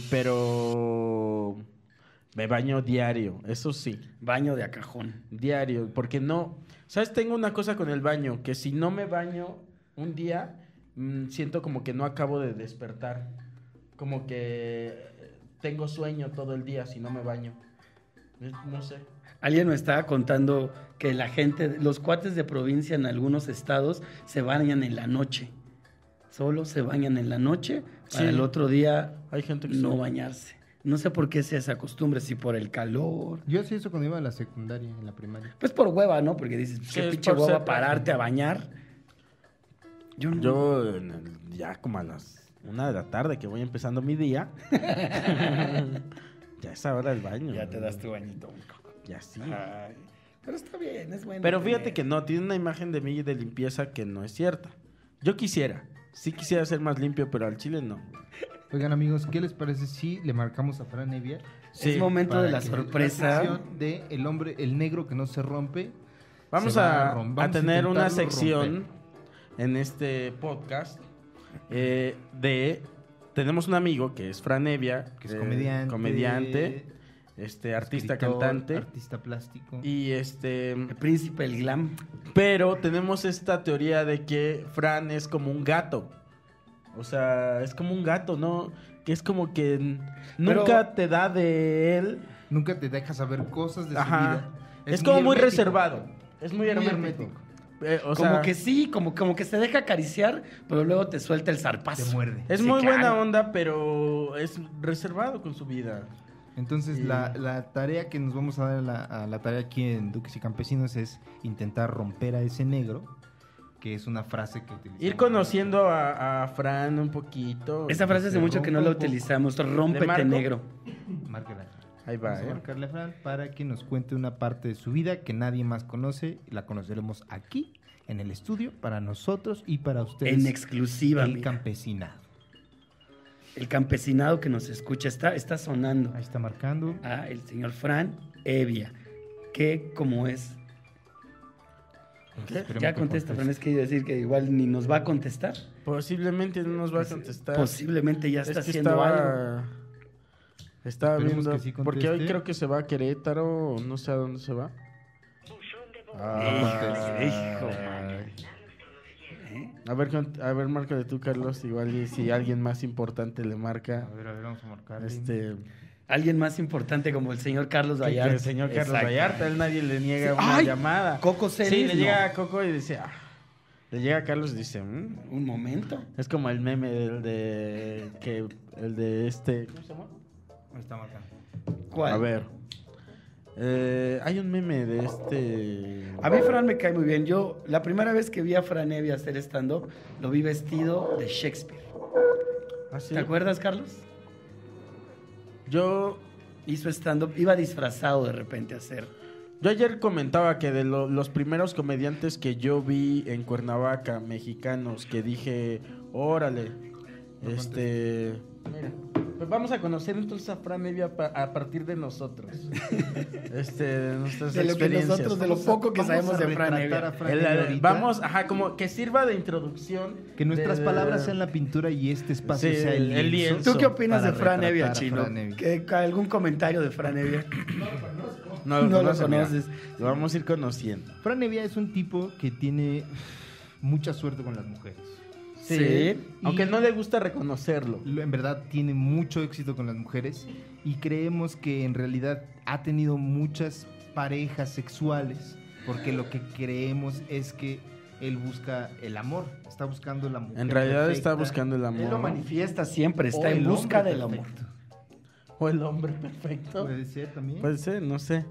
pero... Me baño diario, eso sí.
Baño de acajón.
Diario, porque no. ¿Sabes? Tengo una cosa con el baño, que si no me baño un día, mm, siento como que no acabo de despertar. Como que eh, tengo sueño todo el día si no me baño. Eh, No sé.
Alguien me estaba contando que la gente, los cuates de provincia en algunos estados se bañan en la noche. Solo se bañan en la noche para
Sí.
el otro día
Hay gente que
no
se-
bañarse. No sé por qué sea esa costumbre, si por el calor.
Yo hacía eso cuando iba a la secundaria, en la primaria.
Pues por hueva, ¿no? Porque dices, pues,
Sí,
qué
es
pinche
por
hueva
ser-
pararte a bañar. Yo no.
Yo en el- ya como a las una de la tarde que voy empezando mi día. ya es ahora el baño.
Ya te das tu bañito. mijo.
Ya sí.
Ay, pero está bien, es bueno.
Pero fíjate
tener-
que no, tiene una imagen de mí de limpieza que no es cierta. Yo quisiera, sí quisiera ser más limpio, pero al chile no.
Oigan, amigos, ¿qué les parece si le marcamos a Fran Evia?
Sí,
es momento
para
de la
que
sorpresa.
sección de el hombre, el negro que no se rompe.
Vamos
se va
a,
rom-
a
vamos
tener una
intentarlo
sección
romper.
en este podcast eh, de... Tenemos un amigo que es Fran Evia,
Que es
eh,
comediante.
comediante, este, artista,
escritor,
cantante.
Artista plástico.
y este...
El príncipe, el glam.
Pero tenemos esta teoría de que Fran es como un gato. O sea, es como un gato, ¿no? Que es como que n-
Pero-
nunca te da de él.
Nunca te deja saber cosas de
Ajá.
su vida.
Es, como muy
hermético.
reservado. Es muy
Muy
hermético.
hermético.
Eh, o
como
sea,
que sí, como, como que se deja acariciar, pero luego te suelta el
Te
Ah,
zarpazo.
muerde.
es
Sí,
muy buena
claro.
onda, pero es reservado con su vida.
Entonces,
Y-
la, la tarea que nos vamos a dar a la, a la tarea aquí en Duques y Campesinos es intentar romper a ese negro, que es una frase que utilizamos.
Ir conociendo a, a Fran un poquito.
Esa frase hace
Se
mucho que no
rompe
la
un poco.
utilizamos.
¿Le
Rómpete
marco?
negro.
Márquela.
Ahí va,
Vamos a
¿eh?
marcarle a Fran para que nos cuente una parte de su vida que nadie más conoce. La conoceremos aquí, en el estudio, para nosotros y para ustedes.
En exclusiva.
El
mira.
campesinado.
El campesinado que nos escucha está, está sonando
Ahí está marcando.
a el señor Fran Evia, que como es...
Pues Esperemos
ya
que
contesta, Fran,
conteste.
es que iba a decir que igual ni nos va a contestar.
Posiblemente no nos va a
Pues,
contestar.
Posiblemente ya está
Es que
haciendo algo.
estaba... Estaba
Esperemos
viendo...
que sí
porque hoy
conteste.
creo que se va a Querétaro, no sé a dónde se va.
Hijo, hijo, mano. ¿Eh?
Ah, A ver, cont- a ver, márcale tú, Carlos, igual y si alguien más importante le marca.
A ver, a ver, vamos a marcarle.
Este,
Alguien más importante como el señor Carlos
que- que
Vallarta.
el señor Carlos
Exacto.
Vallarta, él nadie le niega una
¡Ay!
llamada.
Coco
Sí,
Celis,
le
no.
llega a Coco y dice, "Ah". le llega a Carlos y dice, "Mm".
Un momento.
es como el meme del de que el de este, ¿cómo se llama?
Ahí está marcando.
¿Cuál?
A ver. Eh, hay un meme de este
A mí Fran me cae muy bien. Yo, la primera vez que vi a Fran Evia hacer stand-up, lo vi vestido de Shakespeare.
Ah, sí.
¿Te acuerdas, Carlos?
Yo
Hizo stand-up, iba disfrazado de repente a hacer.
Yo ayer comentaba que de lo- los primeros comediantes que yo vi en Cuernavaca, mexicanos, que dije, órale, este... Mira, pues vamos a conocer entonces a Fran Evia pa- a partir de nosotros. este, de nuestras
De lo que
experiencias.
nosotros, de lo
Vamos a-
poco que
vamos
sabemos
a
de Fran
retratar
Evia.
a Fran
El-
Evia
el-
ahorita.
vamos, ajá, como que sirva de introducción.
Que nuestras
de-
palabras sean la pintura y este espacio
Sí,
sea el,
el lienzo.
¿Tú qué opinas
para
de Fran
retratar
Evia,
a
Chino?
Fran Evia.
¿Qué- ¿Algún comentario de Fran Evia?
No pues lo,
No lo
conoces, mira.
conoces.
Lo vamos a ir conociendo.
Fran Evia es un tipo que tiene mucha suerte con las mujeres.
Sí.
Sí.
Aunque
Y-
no le gusta reconocerlo.
Lo- En verdad tiene mucho éxito con las mujeres y creemos que en realidad ha tenido muchas parejas sexuales porque lo que creemos es que él busca el amor, está buscando la mujer.
En realidad
perfecta.
está buscando el amor.
Él lo manifiesta siempre, está
O
en
el
busca
hombre
del amor.
perfecto.
O el hombre perfecto.
Pues,
Puede ser también.
Puede ser, no sé.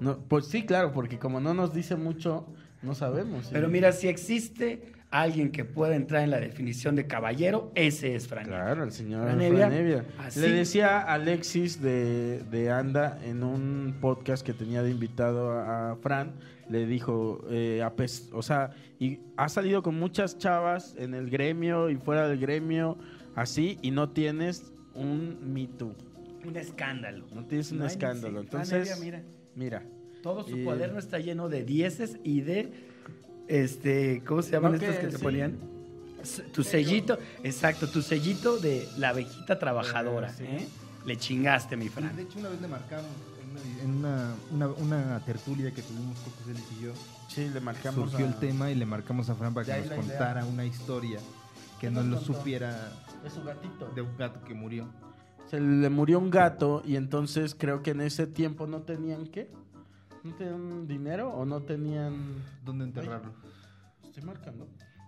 No, pues sí, claro, porque como no nos dice mucho, no sabemos.
Pero
Y-
mira, si existe alguien que pueda entrar en la definición de caballero, ese es Frank.
Claro, el señor
Fran Evia.
Fran Evia.
Así.
Le decía a Alexis de, de Anda en un podcast que tenía de invitado a, a Fran, le dijo, eh, apes- o sea, y ha salido con muchas chavas en el gremio y fuera del gremio, así, y no tienes un Me Too,
Un escándalo.
no tienes un
No hay-
escándalo.
sí, Fran
Entonces,
Evia,
mira,
mira, todo su
y-
cuaderno está lleno de dieces y de este, ¿cómo se llaman
No,
estos
que
que te
sí.
ponían? S- Tu sellito, exacto, tu sellito de la abejita trabajadora.
Eh, sí.
¿eh? Le chingaste, mi
Ah, De
Fran.
hecho, una vez le marcamos en una, una- una tertulia que tuvimos Coco Celis y yo.
sí, le marcamos
Surgió
a-
el tema y le marcamos a Fran para
De ahí
que nos
la idea.
contara una historia que
¿Qué
no
nos
lo
contó?
supiera
de su gatito.
de un gato que murió.
Se le murió un gato y entonces creo que en ese tiempo no tenían qué. ¿No tenían dinero o no tenían...
¿Dónde enterrarlo?
Estoy marcando.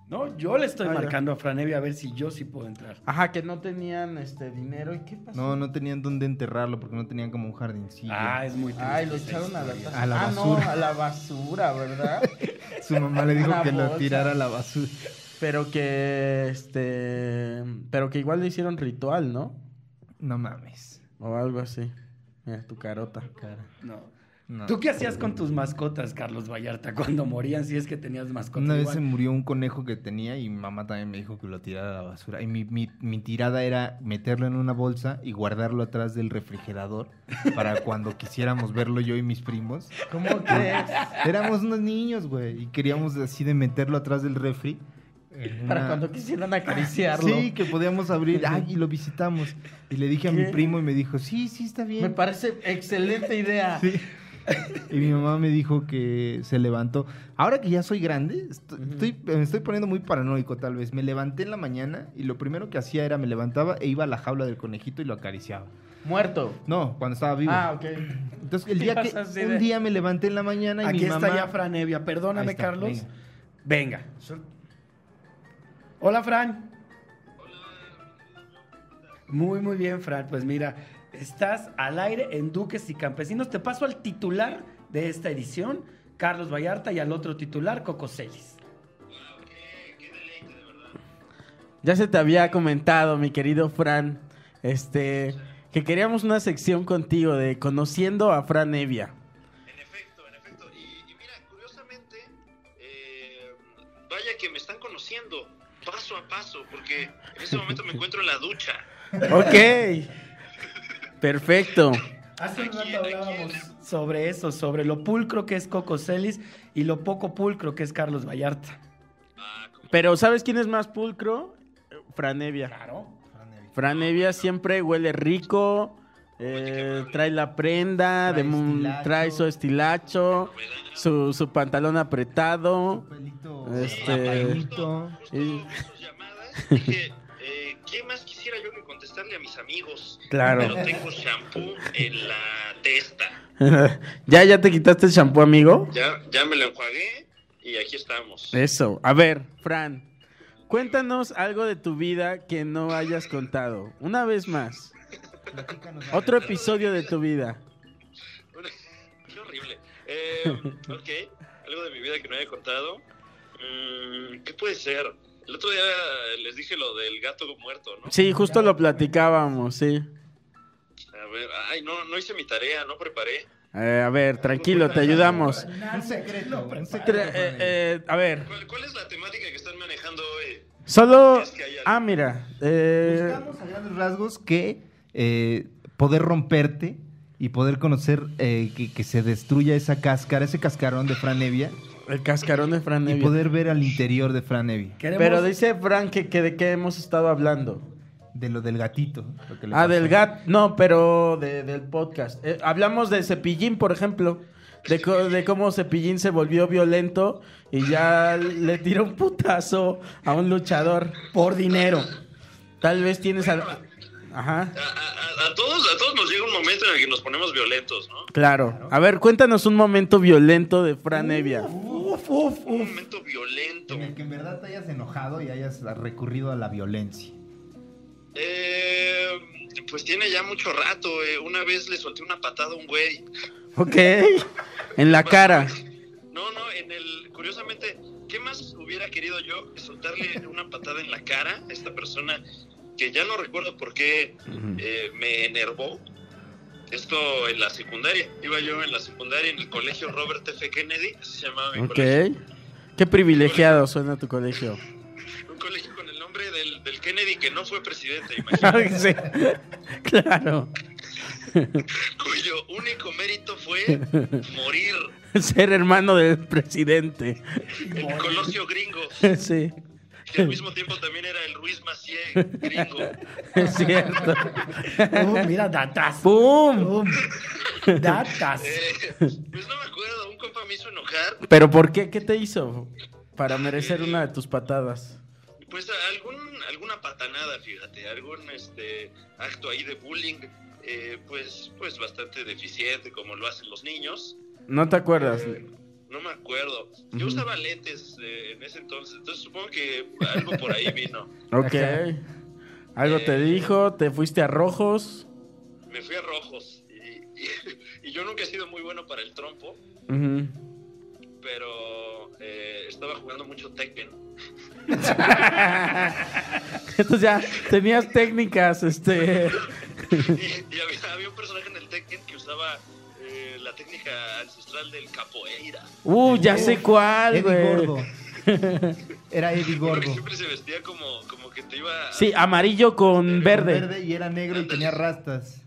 No, yo le estoy
Ah, ya.
marcando a Fran Evia a ver si yo sí puedo entrar.
Ajá, que no tenían este dinero. ¿Y qué pasó?
No, no tenían dónde enterrarlo porque no tenían como un jardincillo.
Ah, es muy triste.
Ay, lo
esta
echaron a la,
historia.
taza.
A la
Ah, no,
basura.
a la basura, ¿verdad?
Su mamá le dijo
La
que lo
bolsa.
tirara a la basura.
pero que este pero que igual le hicieron ritual, ¿no?
No mames.
O algo así. Mira, tu carota.
No.
No.
¿Tú qué hacías con tus mascotas, Carlos Vallarta, cuando morían? Si es que tenías mascotas.
Una vez se
Igual.
murió un conejo que tenía y mi mamá también me dijo que lo tirara a la basura. Y mi, mi- mi tirada era meterlo en una bolsa y guardarlo atrás del refrigerador para cuando quisiéramos verlo yo y mis primos.
¿Cómo crees?
Éramos unos niños, güey, y queríamos así de meterlo atrás del refri. en
Para
una-
cuando quisieran acariciarlo.
Sí, que podíamos abrir. Ay, y lo visitamos. Y le dije a mi
¿Qué?
primo y me dijo, sí, sí, está bien.
Me parece excelente idea.
Sí. Y mi mamá me dijo que se levantó. Ahora que ya soy grande, est-
Ujú.
estoy, me estoy poniendo muy paranoico tal vez. Me levanté en la mañana y lo primero que hacía era me levantaba e iba a la jaula del conejito y lo acariciaba.
Muerto.
No, cuando estaba vivo.
Ah, ok.
Entonces el día que
Ibas así de-
un día me levanté en la mañana y
Aquí
mi mamá
está ya Fran Evia. Perdóname,
Ahí está,
Carlos.
venga.
Venga. Hola, Fran. Muy, muy bien, Fran. Pues mira, estás al aire en Duques y Campesinos. Te paso al titular de esta edición, Carlos Vallarta, y al otro titular, Coco Celis.
Ya se te había comentado, mi querido Fran, este, que queríamos una sección contigo de conociendo a Fran Evia.
En efecto, en efecto. Y, y mira, curiosamente, eh, vaya que me están conociendo paso a paso, porque en este momento me encuentro en la ducha.
Ok. Perfecto.
Hace un
Aquí,
rato
aquí.
hablábamos sobre eso, sobre lo pulcro que es Coco Celis y lo poco pulcro que es Carlos Vallarta.
Ah, como-
Pero ¿sabes quién es más pulcro? Fran Evia.
Claro.
Fran Evia siempre huele rico, eh, trae la prenda,
Trae
de mu-
estilacho.
trae su estilacho, su, su pantalón apretado.
pelito
Este-
apagadito.
justo
y-
vi sus llamadas, dije, eh, ¿qué más quisiera yo que contestarle a mis amigos?
Claro.
Pero tengo shampoo en la testa.
¿Ya, ya te quitaste el champú, amigo?
Ya, ya me lo enjuagué y aquí estamos.
Eso. A ver, Fran, cuéntanos algo de tu vida que no hayas contado. Una vez más. Otro episodio de tu vida.
Qué horrible. Eh, ok, algo de mi vida que no haya contado. Mm, ¿Qué puede ser? El otro día les dije lo del gato muerto, ¿no?
Sí, justo lo platicábamos, sí.
A ver, ay, no, no hice mi tarea, no preparé.
Eh, a ver, tranquilo, te ayudamos.
Un secreto, un secreto.
Tra- eh, eh, a ver,
¿Cuál, cuál es la temática que están manejando hoy?
solo... Ah, mira. eh,
Buscamos a grandes rasgos que eh, poder romperte y poder conocer eh, que, que se destruya esa cáscara, ese cascarón de Fran Evia
el cascarón de Fran
y
Evia.
poder ver al interior de Fran Evia.
Queremos-
Pero dice Fran que, que de qué hemos estado hablando.
De lo del gatito. lo que le
Ah,
pasó.
del GAT. No, pero de- del podcast. Eh, hablamos de Cepillín, por ejemplo. de, co- de cómo Cepillín se volvió violento y ya le tiró un putazo a un luchador.
Por dinero.
Tal vez tienes al... Ajá.
A, a- a- a todos, a todos nos llega un momento en el que nos ponemos violentos, ¿no?
Claro. A ver, cuéntanos un momento violento de Fran Evia.
Uf, uf,
Un
uf.
momento violento.
En el que en verdad te hayas enojado y hayas recurrido a la violencia.
Eh, pues tiene ya mucho rato. eh. Una vez le solté una patada a un güey.
Ok. En la cara.
No, no, en el. Curiosamente, ¿qué más hubiera querido yo que soltarle una patada en la cara a esta persona que ya no recuerdo por qué eh, me enervó? Esto en la secundaria. Iba yo en la secundaria en el colegio Robert F. Kennedy, así se llamaba mi
Ok.
colegio.
Qué privilegiado suena tu colegio.
Un colegio con el nombre del, del Kennedy que no fue presidente, imagínate.
Sí. Claro.
cuyo único mérito fue morir.
Ser hermano del presidente.
El Colosio gringo,
Sí.
que al mismo tiempo también era el Ruiz Macié gringo.
Es cierto.
Uh, mira, datas.
¡Pum!
Pum. Datas.
Eh, pues no me acuerdo, un compa me hizo enojar.
¿Pero por qué? ¿Qué te hizo? Para merecer una de tus patadas.
Pues algún, alguna patanada, fíjate, algún este acto ahí de bullying, eh, pues, pues bastante deficiente, como lo hacen los niños. Eh,
¿No te acuerdas?
No me acuerdo. Yo usaba lentes eh, en ese entonces, entonces supongo que algo por ahí vino.
Ok. Algo te dijo, te fuiste a rojos.
Me fui a rojos y, y- y yo nunca he sido muy bueno para el trompo,
Ujú.
pero eh, estaba jugando mucho Tekken.
Entonces ya tenías técnicas, este...
Y, y había, había un personaje en el Tekken que usaba eh, la técnica ancestral del capoeira.
Uh, ya sé cuál,
Eddie
güey.
Gordo. Era Eddie
Porque
Gordo.
siempre se vestía como, como que te iba. a-
Sí, amarillo con verde.
Verde y era negro y tenía rastas.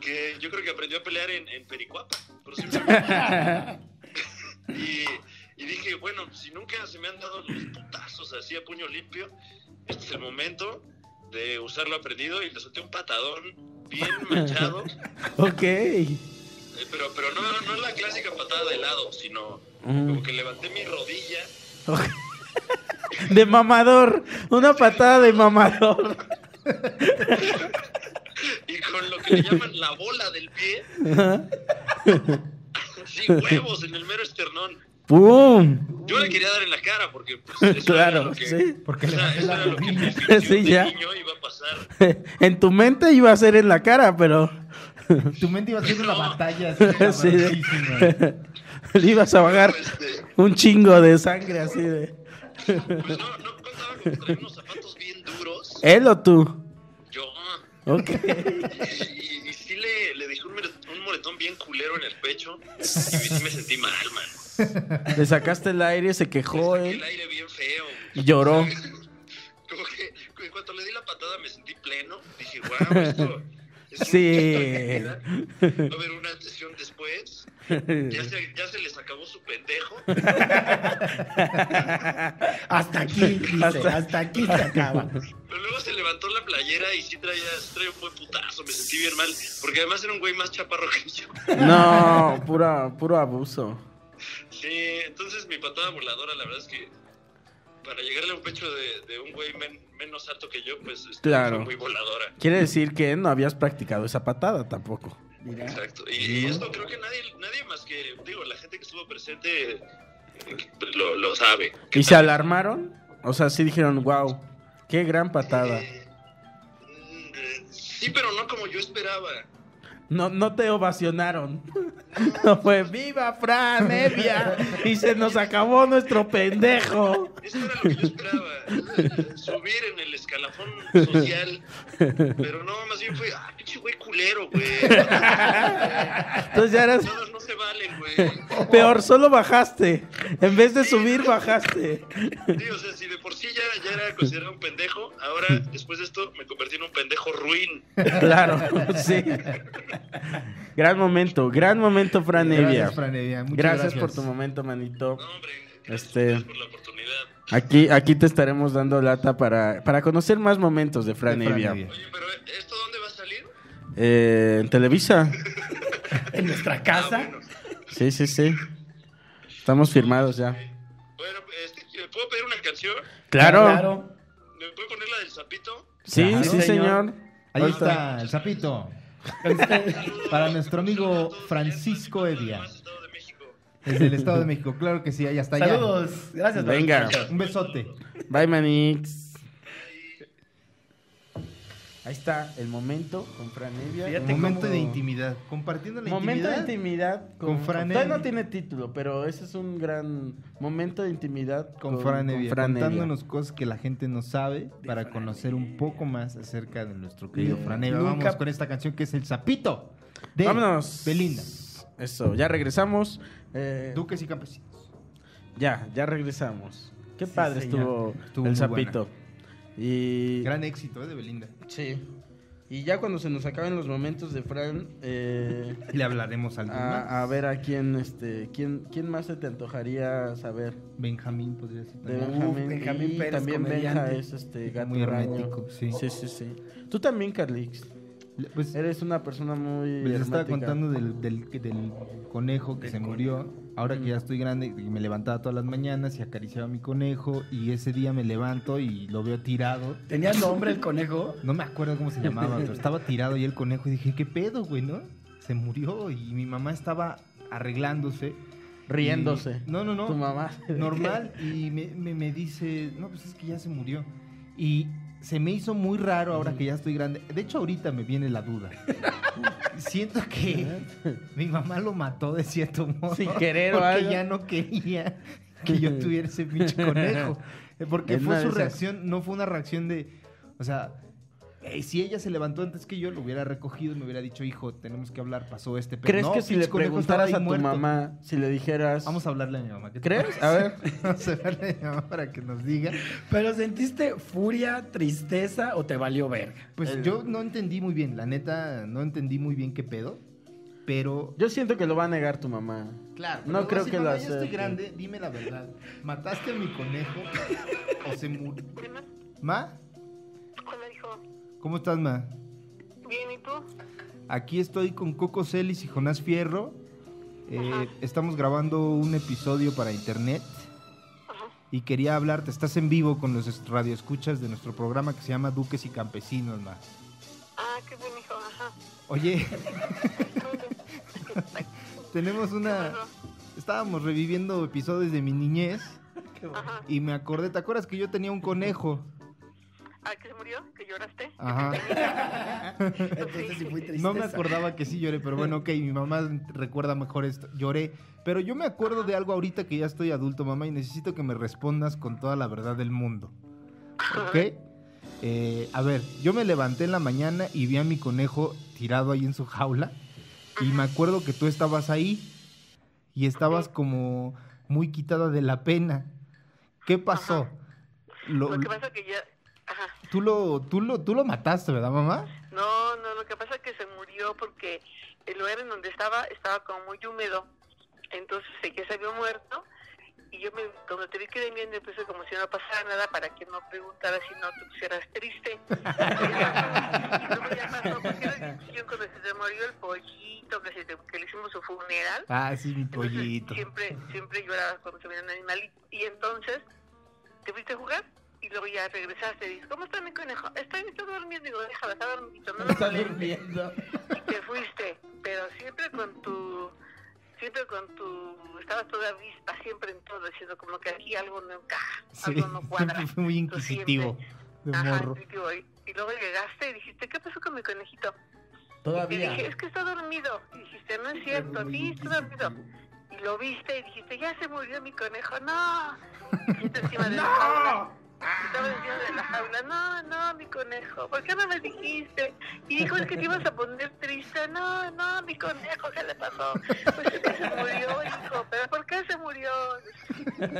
Que yo creo que aprendió a pelear en, en Pericuapa. por siempre- y, y dije, bueno, si nunca se me han dado los putazos así a puño limpio, este es el momento de usarlo aprendido. Y le solté un patadón bien manchado. eh,
Ok.
pero pero no, no es la clásica patada de lado, sino como que levanté mi rodilla.
De mamador. Una patada de mamador.
y con lo que le llaman la bola del pie. Sí, huevos en el mero esternón.
¡Pum!
Yo le quería dar en la cara porque pues, eso
Claro,
era lo que,
sí.
o sea, eso era lo que mi
Sí,
ficción de
ya.
niño iba a pasar.
En tu mente iba a ser en la cara, pero
Tu mente iba a ser una
No.
batalla así,
Sí.
cabroncísima.
le ibas a bajar
Este,
un chingo de sangre así de...
pues no, no contaba con que traía unos zapatos bien duros.
¿Él o tú?
Yo.
Ok.
Y, y sí le, le dejé un, mere- un moretón bien culero en el pecho. Y sí me sentí mal, man.
Le sacaste el aire, se quejó
Saqué
él
El aire bien feo.
y lloró.
Como que en cuanto le di la patada me sentí pleno. Dije, wow, esto es un-
Sí.
Va a haber una antes y un después. Ya se, ya se les acabó su pendejo.
Hasta aquí, dice,
Hasta-
hasta... aquí se acaba.
Pero luego se levantó la playera y sí traía, sí traía un buen putazo. Me sentí bien mal. Porque además era un güey más chaparro que yo.
No, pura, puro abuso.
Sí, entonces mi patada voladora, la verdad es que para llegarle a un pecho de, de un güey men- menos alto que yo, pues este,
Claro.
fue muy voladora.
Quiere decir que no habías practicado esa patada tampoco.
Exacto. Y, y esto creo que nadie, nadie más que, digo, la gente que estuvo presente eh, lo, lo sabe.
¿Y se alarmaron? O sea, sí dijeron, wow, qué gran patada.
Mm, eh, Sí, pero no como yo esperaba.
No, no te ovacionaron. No fue, viva Fran Evia. Y se nos acabó nuestro pendejo.
Eso era lo que yo esperaba. eh, Subir en el escalafón social. Pero no, más bien fue, ah, pinche güey culero, güey.
Entonces ya eras
Todos no se valen, güey.
peor, solo bajaste. En vez de subir, bajaste.
Sí, o sea, si de por sí ya, ya era considerado un pendejo, ahora después de esto me convertí en un pendejo ruin.
Claro, sí. Gran momento, gran momento, Fran Evia.
Gracias, Fran Evia. Muchas
Gracias por tu momento, manito.
No, hombre, gracias
Este-
a ustedes por la oportunidad.
Aquí, aquí te estaremos dando lata para, para conocer más momentos de Fran,
De Fran
Evia.
Evia.
Oye, pero ¿esto dónde va a salir?
Eh, en Televisa.
En nuestra
Ah,
casa.
bueno.
Sí, sí, sí. Estamos firmados ya.
Bueno, este, ¿puedo pedir una canción?
Claro.
¿Me puede poner la del sapito?
Sí,
Claro,
sí, señor.
Ahí está, el sapito. Para nuestro amigo Francisco Evia,
Estado de México.
desde el Estado de México. Claro que sí, ahí está allá.
Saludos. Gracias. por
Venga.
escuchar.
Un besote.
Bye, Manix. Ahí está el momento con Fran Evia.
Fíjate
Momento
cómo-
de intimidad. Compartiendo la
Momento de
intimidad.
intimidad con,
con Fran
Todavía
Evia.
no tiene título, pero ese es un gran momento de intimidad
con, Fran Evia,
Fran Evia.
contándonos cosas que la gente no sabe para conocer un poco más acerca de nuestro querido
Bien.
Fran Evia.
Nunca-
Vamos con esta canción que es El Zapito de
Vámonos.
Belinda.
Eso, ya regresamos. Eh,
Duques y campesinos.
ya, ya regresamos. Qué padre
señor.
estuvo,
Estuvo
el
muy
sapito. Y
Gran éxito ¿eh? de Belinda.
sí. Y ya cuando se nos acaben los momentos de Fran, eh,
Y le hablaremos al
Ah, a, a ver a quién, este, quién, quién más se te antojaría saber.
Benjamín podría ser
De
también.
Benjamín,
Uf, Benjamín
y
Pérez,
también Benja
comediante.
es este gato
Muy
huraño.
hermético, sí.
sí, sí, sí. Tú también, Carlix.
Le- Pues,
Eres una persona muy
les estaba
hermética.
contando del, del- del conejo que se murió. Ahora que ya estoy grande, y me levantaba todas las mañanas y acariciaba a mi conejo. Y ese día me levanto y lo veo tirado.
¿Tenía nombre el conejo?
No me acuerdo cómo se llamaba, pero estaba tirado ahí el conejo y dije, ¿qué pedo, güey, no? Se murió y mi mamá estaba arreglándose.
riéndose.
Y- No, no, no.
Tu mamá.
Normal. Y me, me- me dice, no, pues es que ya se murió. Y se me hizo muy raro ahora que ya estoy grande. De hecho, ahorita me viene la duda. Siento que mi mamá lo mató de cierto modo.
Sin querer o
Porque
algo.
ya no quería que yo tuviera ese pinche conejo. Eh, Porque
En
fue
una
su
de esas.
reacción, no fue una reacción de. O sea, eh, si ella se levantó antes que yo, lo hubiera recogido y me hubiera dicho, hijo, tenemos que hablar, pasó este. pero
¿Crees
no,
que si
pinche
le
conejo estaba
preguntaras
ahí
a tu
muerto.
mamá, si le dijeras...
Vamos a hablarle a mi mamá. ¿qué te
¿Crees?
parece?
A ver.
Vamos a hablarle a mi mamá para que nos diga.
¿Pero sentiste furia, tristeza o te valió verga?
Pues
El-
yo no entendí muy bien, la neta, no entendí muy bien qué pedo, pero.
Yo siento que lo va a negar tu mamá.
Claro,
No creo que lo
la. Yo
acepte.
estoy grande, dime la verdad. ¿Mataste a mi conejo o se murió?
Bueno,
¿Ma?
Hola, hijo.
¿Cómo estás, Ma?
Bien, ¿y tú?
Aquí estoy con Coco Celis y Jonás Fierro. Eh, estamos grabando un episodio para internet. Y quería hablarte, estás en vivo con los est- radioescuchas de nuestro programa que se llama Duques y Campesinos, ma.
Ah, qué buen hijo, ajá.
Oye,
Ay,
tenemos una... Estábamos reviviendo episodios de mi niñez
Ajá.
y me acordé, ¿te acuerdas que yo tenía un conejo?
Ah, que se murió, que lloraste.
Ajá.
Entonces sí fue tristeza.
No me acordaba que sí lloré, pero bueno, ok, mi mamá recuerda mejor esto. Lloré. Pero yo me acuerdo de algo ahorita que ya estoy adulto, mamá, y necesito que me respondas con toda la verdad del mundo. ¿Ok? Eh, a ver, yo me levanté en la mañana y vi a mi conejo tirado ahí en su jaula. Y me acuerdo que tú estabas ahí y estabas como muy quitada de la pena. ¿Qué pasó? Lo-
Lo que pasa que ya... Ajá.
tú, lo, tú, lo, tú lo mataste, ¿verdad, mamá?
No, no, lo que pasa es que se murió porque el lugar en donde estaba estaba como muy húmedo. Entonces sé que se había muerto y yo me, cuando te vi que venían, yo puse como si no pasara nada para que no preguntaras si no te pusieras triste. Y luego ya pasó, porque era la discusión cuando se te murió el pollito, que, se te- que le hicimos su funeral.
Ah, sí, mi
Entonces,
pollito.
Siempre, siempre llorabas cuando se veía un animal. Y, y entonces te fuiste a jugar y luego ya regresaste. Y dices, ¿cómo está mi conejo? Está, está durmiendo. Digo, déjala, está dormidito. No lo molestes". Y te fuiste. Pero siempre con tu... Siempre con tu... Estabas toda avispa, siempre en todo, diciendo como que aquí algo no encaja,
Sí,
algo no cuadra.
siempre fui muy
Tú siempre-
inquisitivo de
Ajá,
morro.
intuitivo. Y, y luego llegaste y dijiste, ¿qué pasó con mi conejito? Y
Todavía.
dije, es que está dormido. Y dijiste, no es cierto, sí, está dormido. Y lo viste y dijiste, ya se murió mi conejo, no. Y Estaba encima de la jaula. Estaba encima de la jaula, no, no, mi conejo, ¿por qué no me dijiste? Y dijo, es que te ibas a poner triste, no, no, mi conejo, ¿qué le pasó? Pues es que se murió, hijo, pero ¿por qué se murió?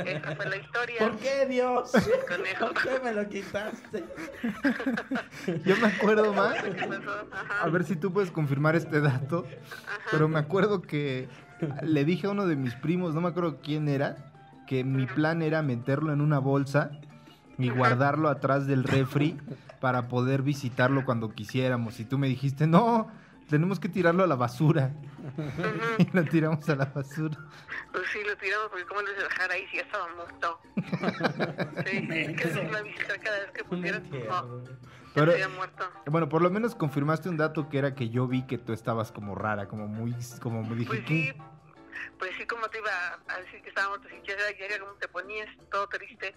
Esa fue la historia.
¿Por qué, Dios?
del conejo.
¿Por qué me lo quitaste?
Yo me acuerdo más.
¿Qué pasó? Ajá.
A ver si tú puedes confirmar este dato. Pero me acuerdo que le dije a uno de mis primos, no me acuerdo quién era, que mi plan era meterlo en una bolsa y guardarlo atrás del refri para poder visitarlo cuando quisiéramos. Y tú me dijiste, no, Tenemos que tirarlo a la basura. y lo tiramos a la basura.
Pues sí, lo tiramos porque cómo lo ibas a dejar ahí si ya estaba muerto. Sí, que nos iba a visitar cada vez que pusieras tu no, ya
Pero-
se había muerto.
Bueno, por lo menos confirmaste un dato que era que yo vi que tú estabas como rara, como muy, como me dije,
Pues
¿qué?
sí, pues sí, como te iba a decir que estábamos muerto, si ya era- ya era como te ponías, todo triste.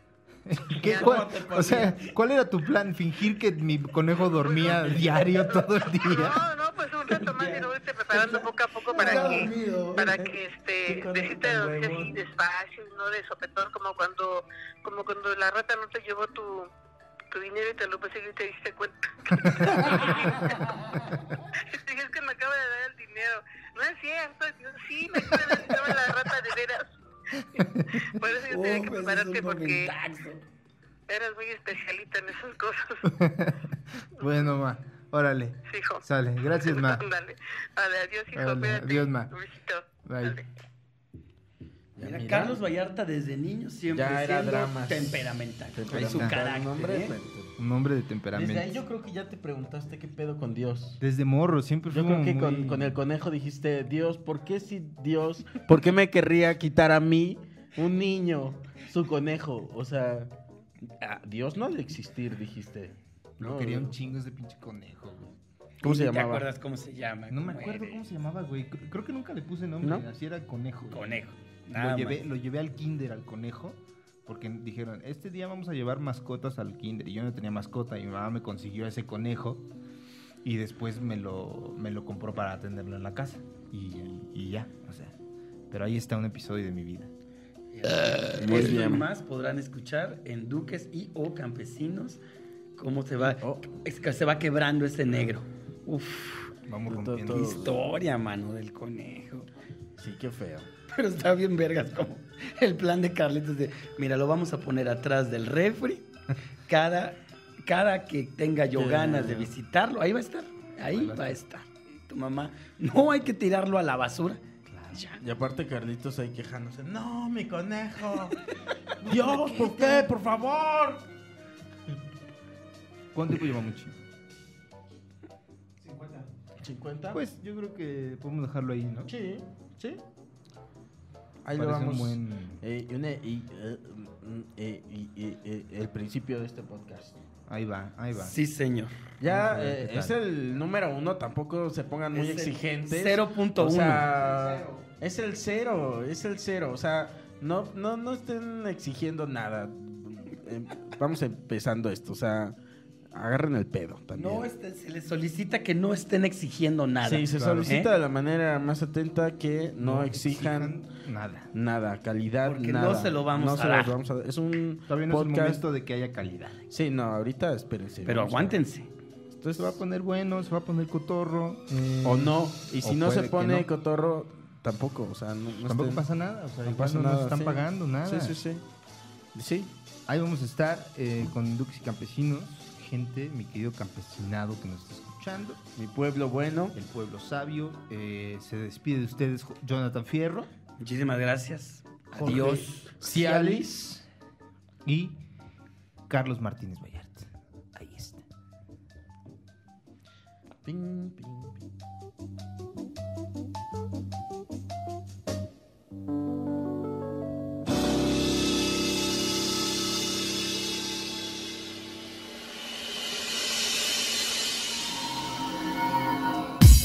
¿Qué- cuál- o sea, ¿cuál era tu plan? ¿Fingir que mi conejo dormía diario todo el día?
No, no, pues un rato más y lo irte preparando poco a poco para
Está
que,
dormido.
para que este,
Qué
decirte
cosa tan
así
huevón.
despacio, y no de sopetón, como cuando, como cuando la rata no te llevó tu, tu dinero y te lo puse y te diste cuenta. Dije, es que me acaba de dar el dinero. No es cierto, Y yo, sí, me acaba de dar la rata de veras. Por eso
Uf, ese Oh,
yo tenía que
pues, es un
prepararte porque
momentazo.
eras muy especialita en esas cosas,
bueno, ma, órale.
hijo.
Sale, gracias, ma.
Ándale. Vale, adiós, hijo.
Órale,
cuídate.
adiós, ma.
Un besito.
Bye.
Dale.
Mira,
Mira.
Carlos Vallarta desde niño siempre
Ya era
siendo
dramas.
temperamental.
Temperamental.
Es su carácter.
Hombre,
¿eh?
pues,
Un hombre de temperamento.
Desde
Desde,
ahí yo creo que ya te preguntaste qué pedo con Dios.
morro, siempre fue
Yo creo que con, con el conejo dijiste, Dios, ¿por qué si Dios, por qué me querría quitar a mí, un niño, su conejo? O sea, a Dios no ha de existir, dijiste.
No, quería un chingo ese pinche conejo, güey.
¿Cómo se
Ni ¿Te
llamaba?
acuerdas cómo se llama?
No me
cómo
acuerdo
era.
cómo se llamaba, güey. C- Creo que nunca le puse nombre,
¿No?
así era conejo. güey.
Conejo.
Lo
Nada
llevé,
más.
lo llevé al kinder, al conejo, porque dijeron, este día vamos a llevar mascotas al kinder. Y yo no tenía mascota y mi mamá me consiguió ese conejo y después me lo, me lo compró para atenderlo en la casa. Y, y ya, o sea. Pero ahí está un episodio de mi vida.
Muy
Esto y
bien.
más podrán escuchar en Duques y o Campesinos cómo se va,
Oh.
es que se va quebrando
Ah.
ese negro. Uf,
Vamos
Todo-
rompiendo.
todo-
historia, mano, del conejo.
Sí, qué feo.
Pero está bien vergas como el plan de Carlitos de, mira, lo vamos a poner atrás del refri. Cada, cada que tenga yo
Ya.
ganas de visitarlo, ahí va a estar. Ahí va a estar. Y tu mamá, no hay que tirarlo a la basura. Ya.
Y aparte Carlitos ahí quejándose, no, mi conejo. Dios, ¿por qué? Por favor.
¿Cuánto tiempo llevamos, Chi?
50.
Pues yo creo que podemos dejarlo ahí, ¿no?
sí, sí. Ahí lo
Parece un
vamos.
buen-
Eh, y una- y, eh, mm, eh, y- y- eh, el principio de este podcast.
Ahí va, ahí va.
Sí, señor.
Ya
Vamos a ver
eh,
qué tal.
es el número uno, tampoco se pongan muy
Es el
exigentes.
0.1.
O sea, es el cero, es el cero. O sea, no, no, no estén exigiendo nada. Em, Vamos empezando esto, o sea, agarren el pedo también.
No este- se les solicita que no estén exigiendo nada.
Sí, se
Claro.
solicita
¿Eh?
de la manera más atenta que no, exijan,
nada.
nada, calidad,
Porque
nada.
no se lo vamos
No
a
se
dar.
los vamos a dar. Es un
Todavía no es el
podcast.
momento de que haya calidad.
Sí, no, ahorita espérense.
Pero
vamos a-
aguántense.
Entonces se va a poner bueno, se va a poner cotorro. eh,
O no. Y si
O
no
puede
se
que
pone
no.
cotorro, tampoco. O sea, no, no
Tampoco
estén-
pasa nada, o sea,
no
igual
pasa
no nos
nada,
están
sí.
pagando nada.
Sí, sí, sí. Sí.
Ahí vamos a estar eh, con Dux y Campesinos, gente, mi querido campesinado que nos está escuchando,
Mi pueblo bueno.
el pueblo sabio. eh, se despide de ustedes Jo- Jonathan Fierro,
Muchísimas gracias.
Jorge
Adiós.
Cialis y Carlos Martínez Bayart. Ahí está.
Ping, ping, ping.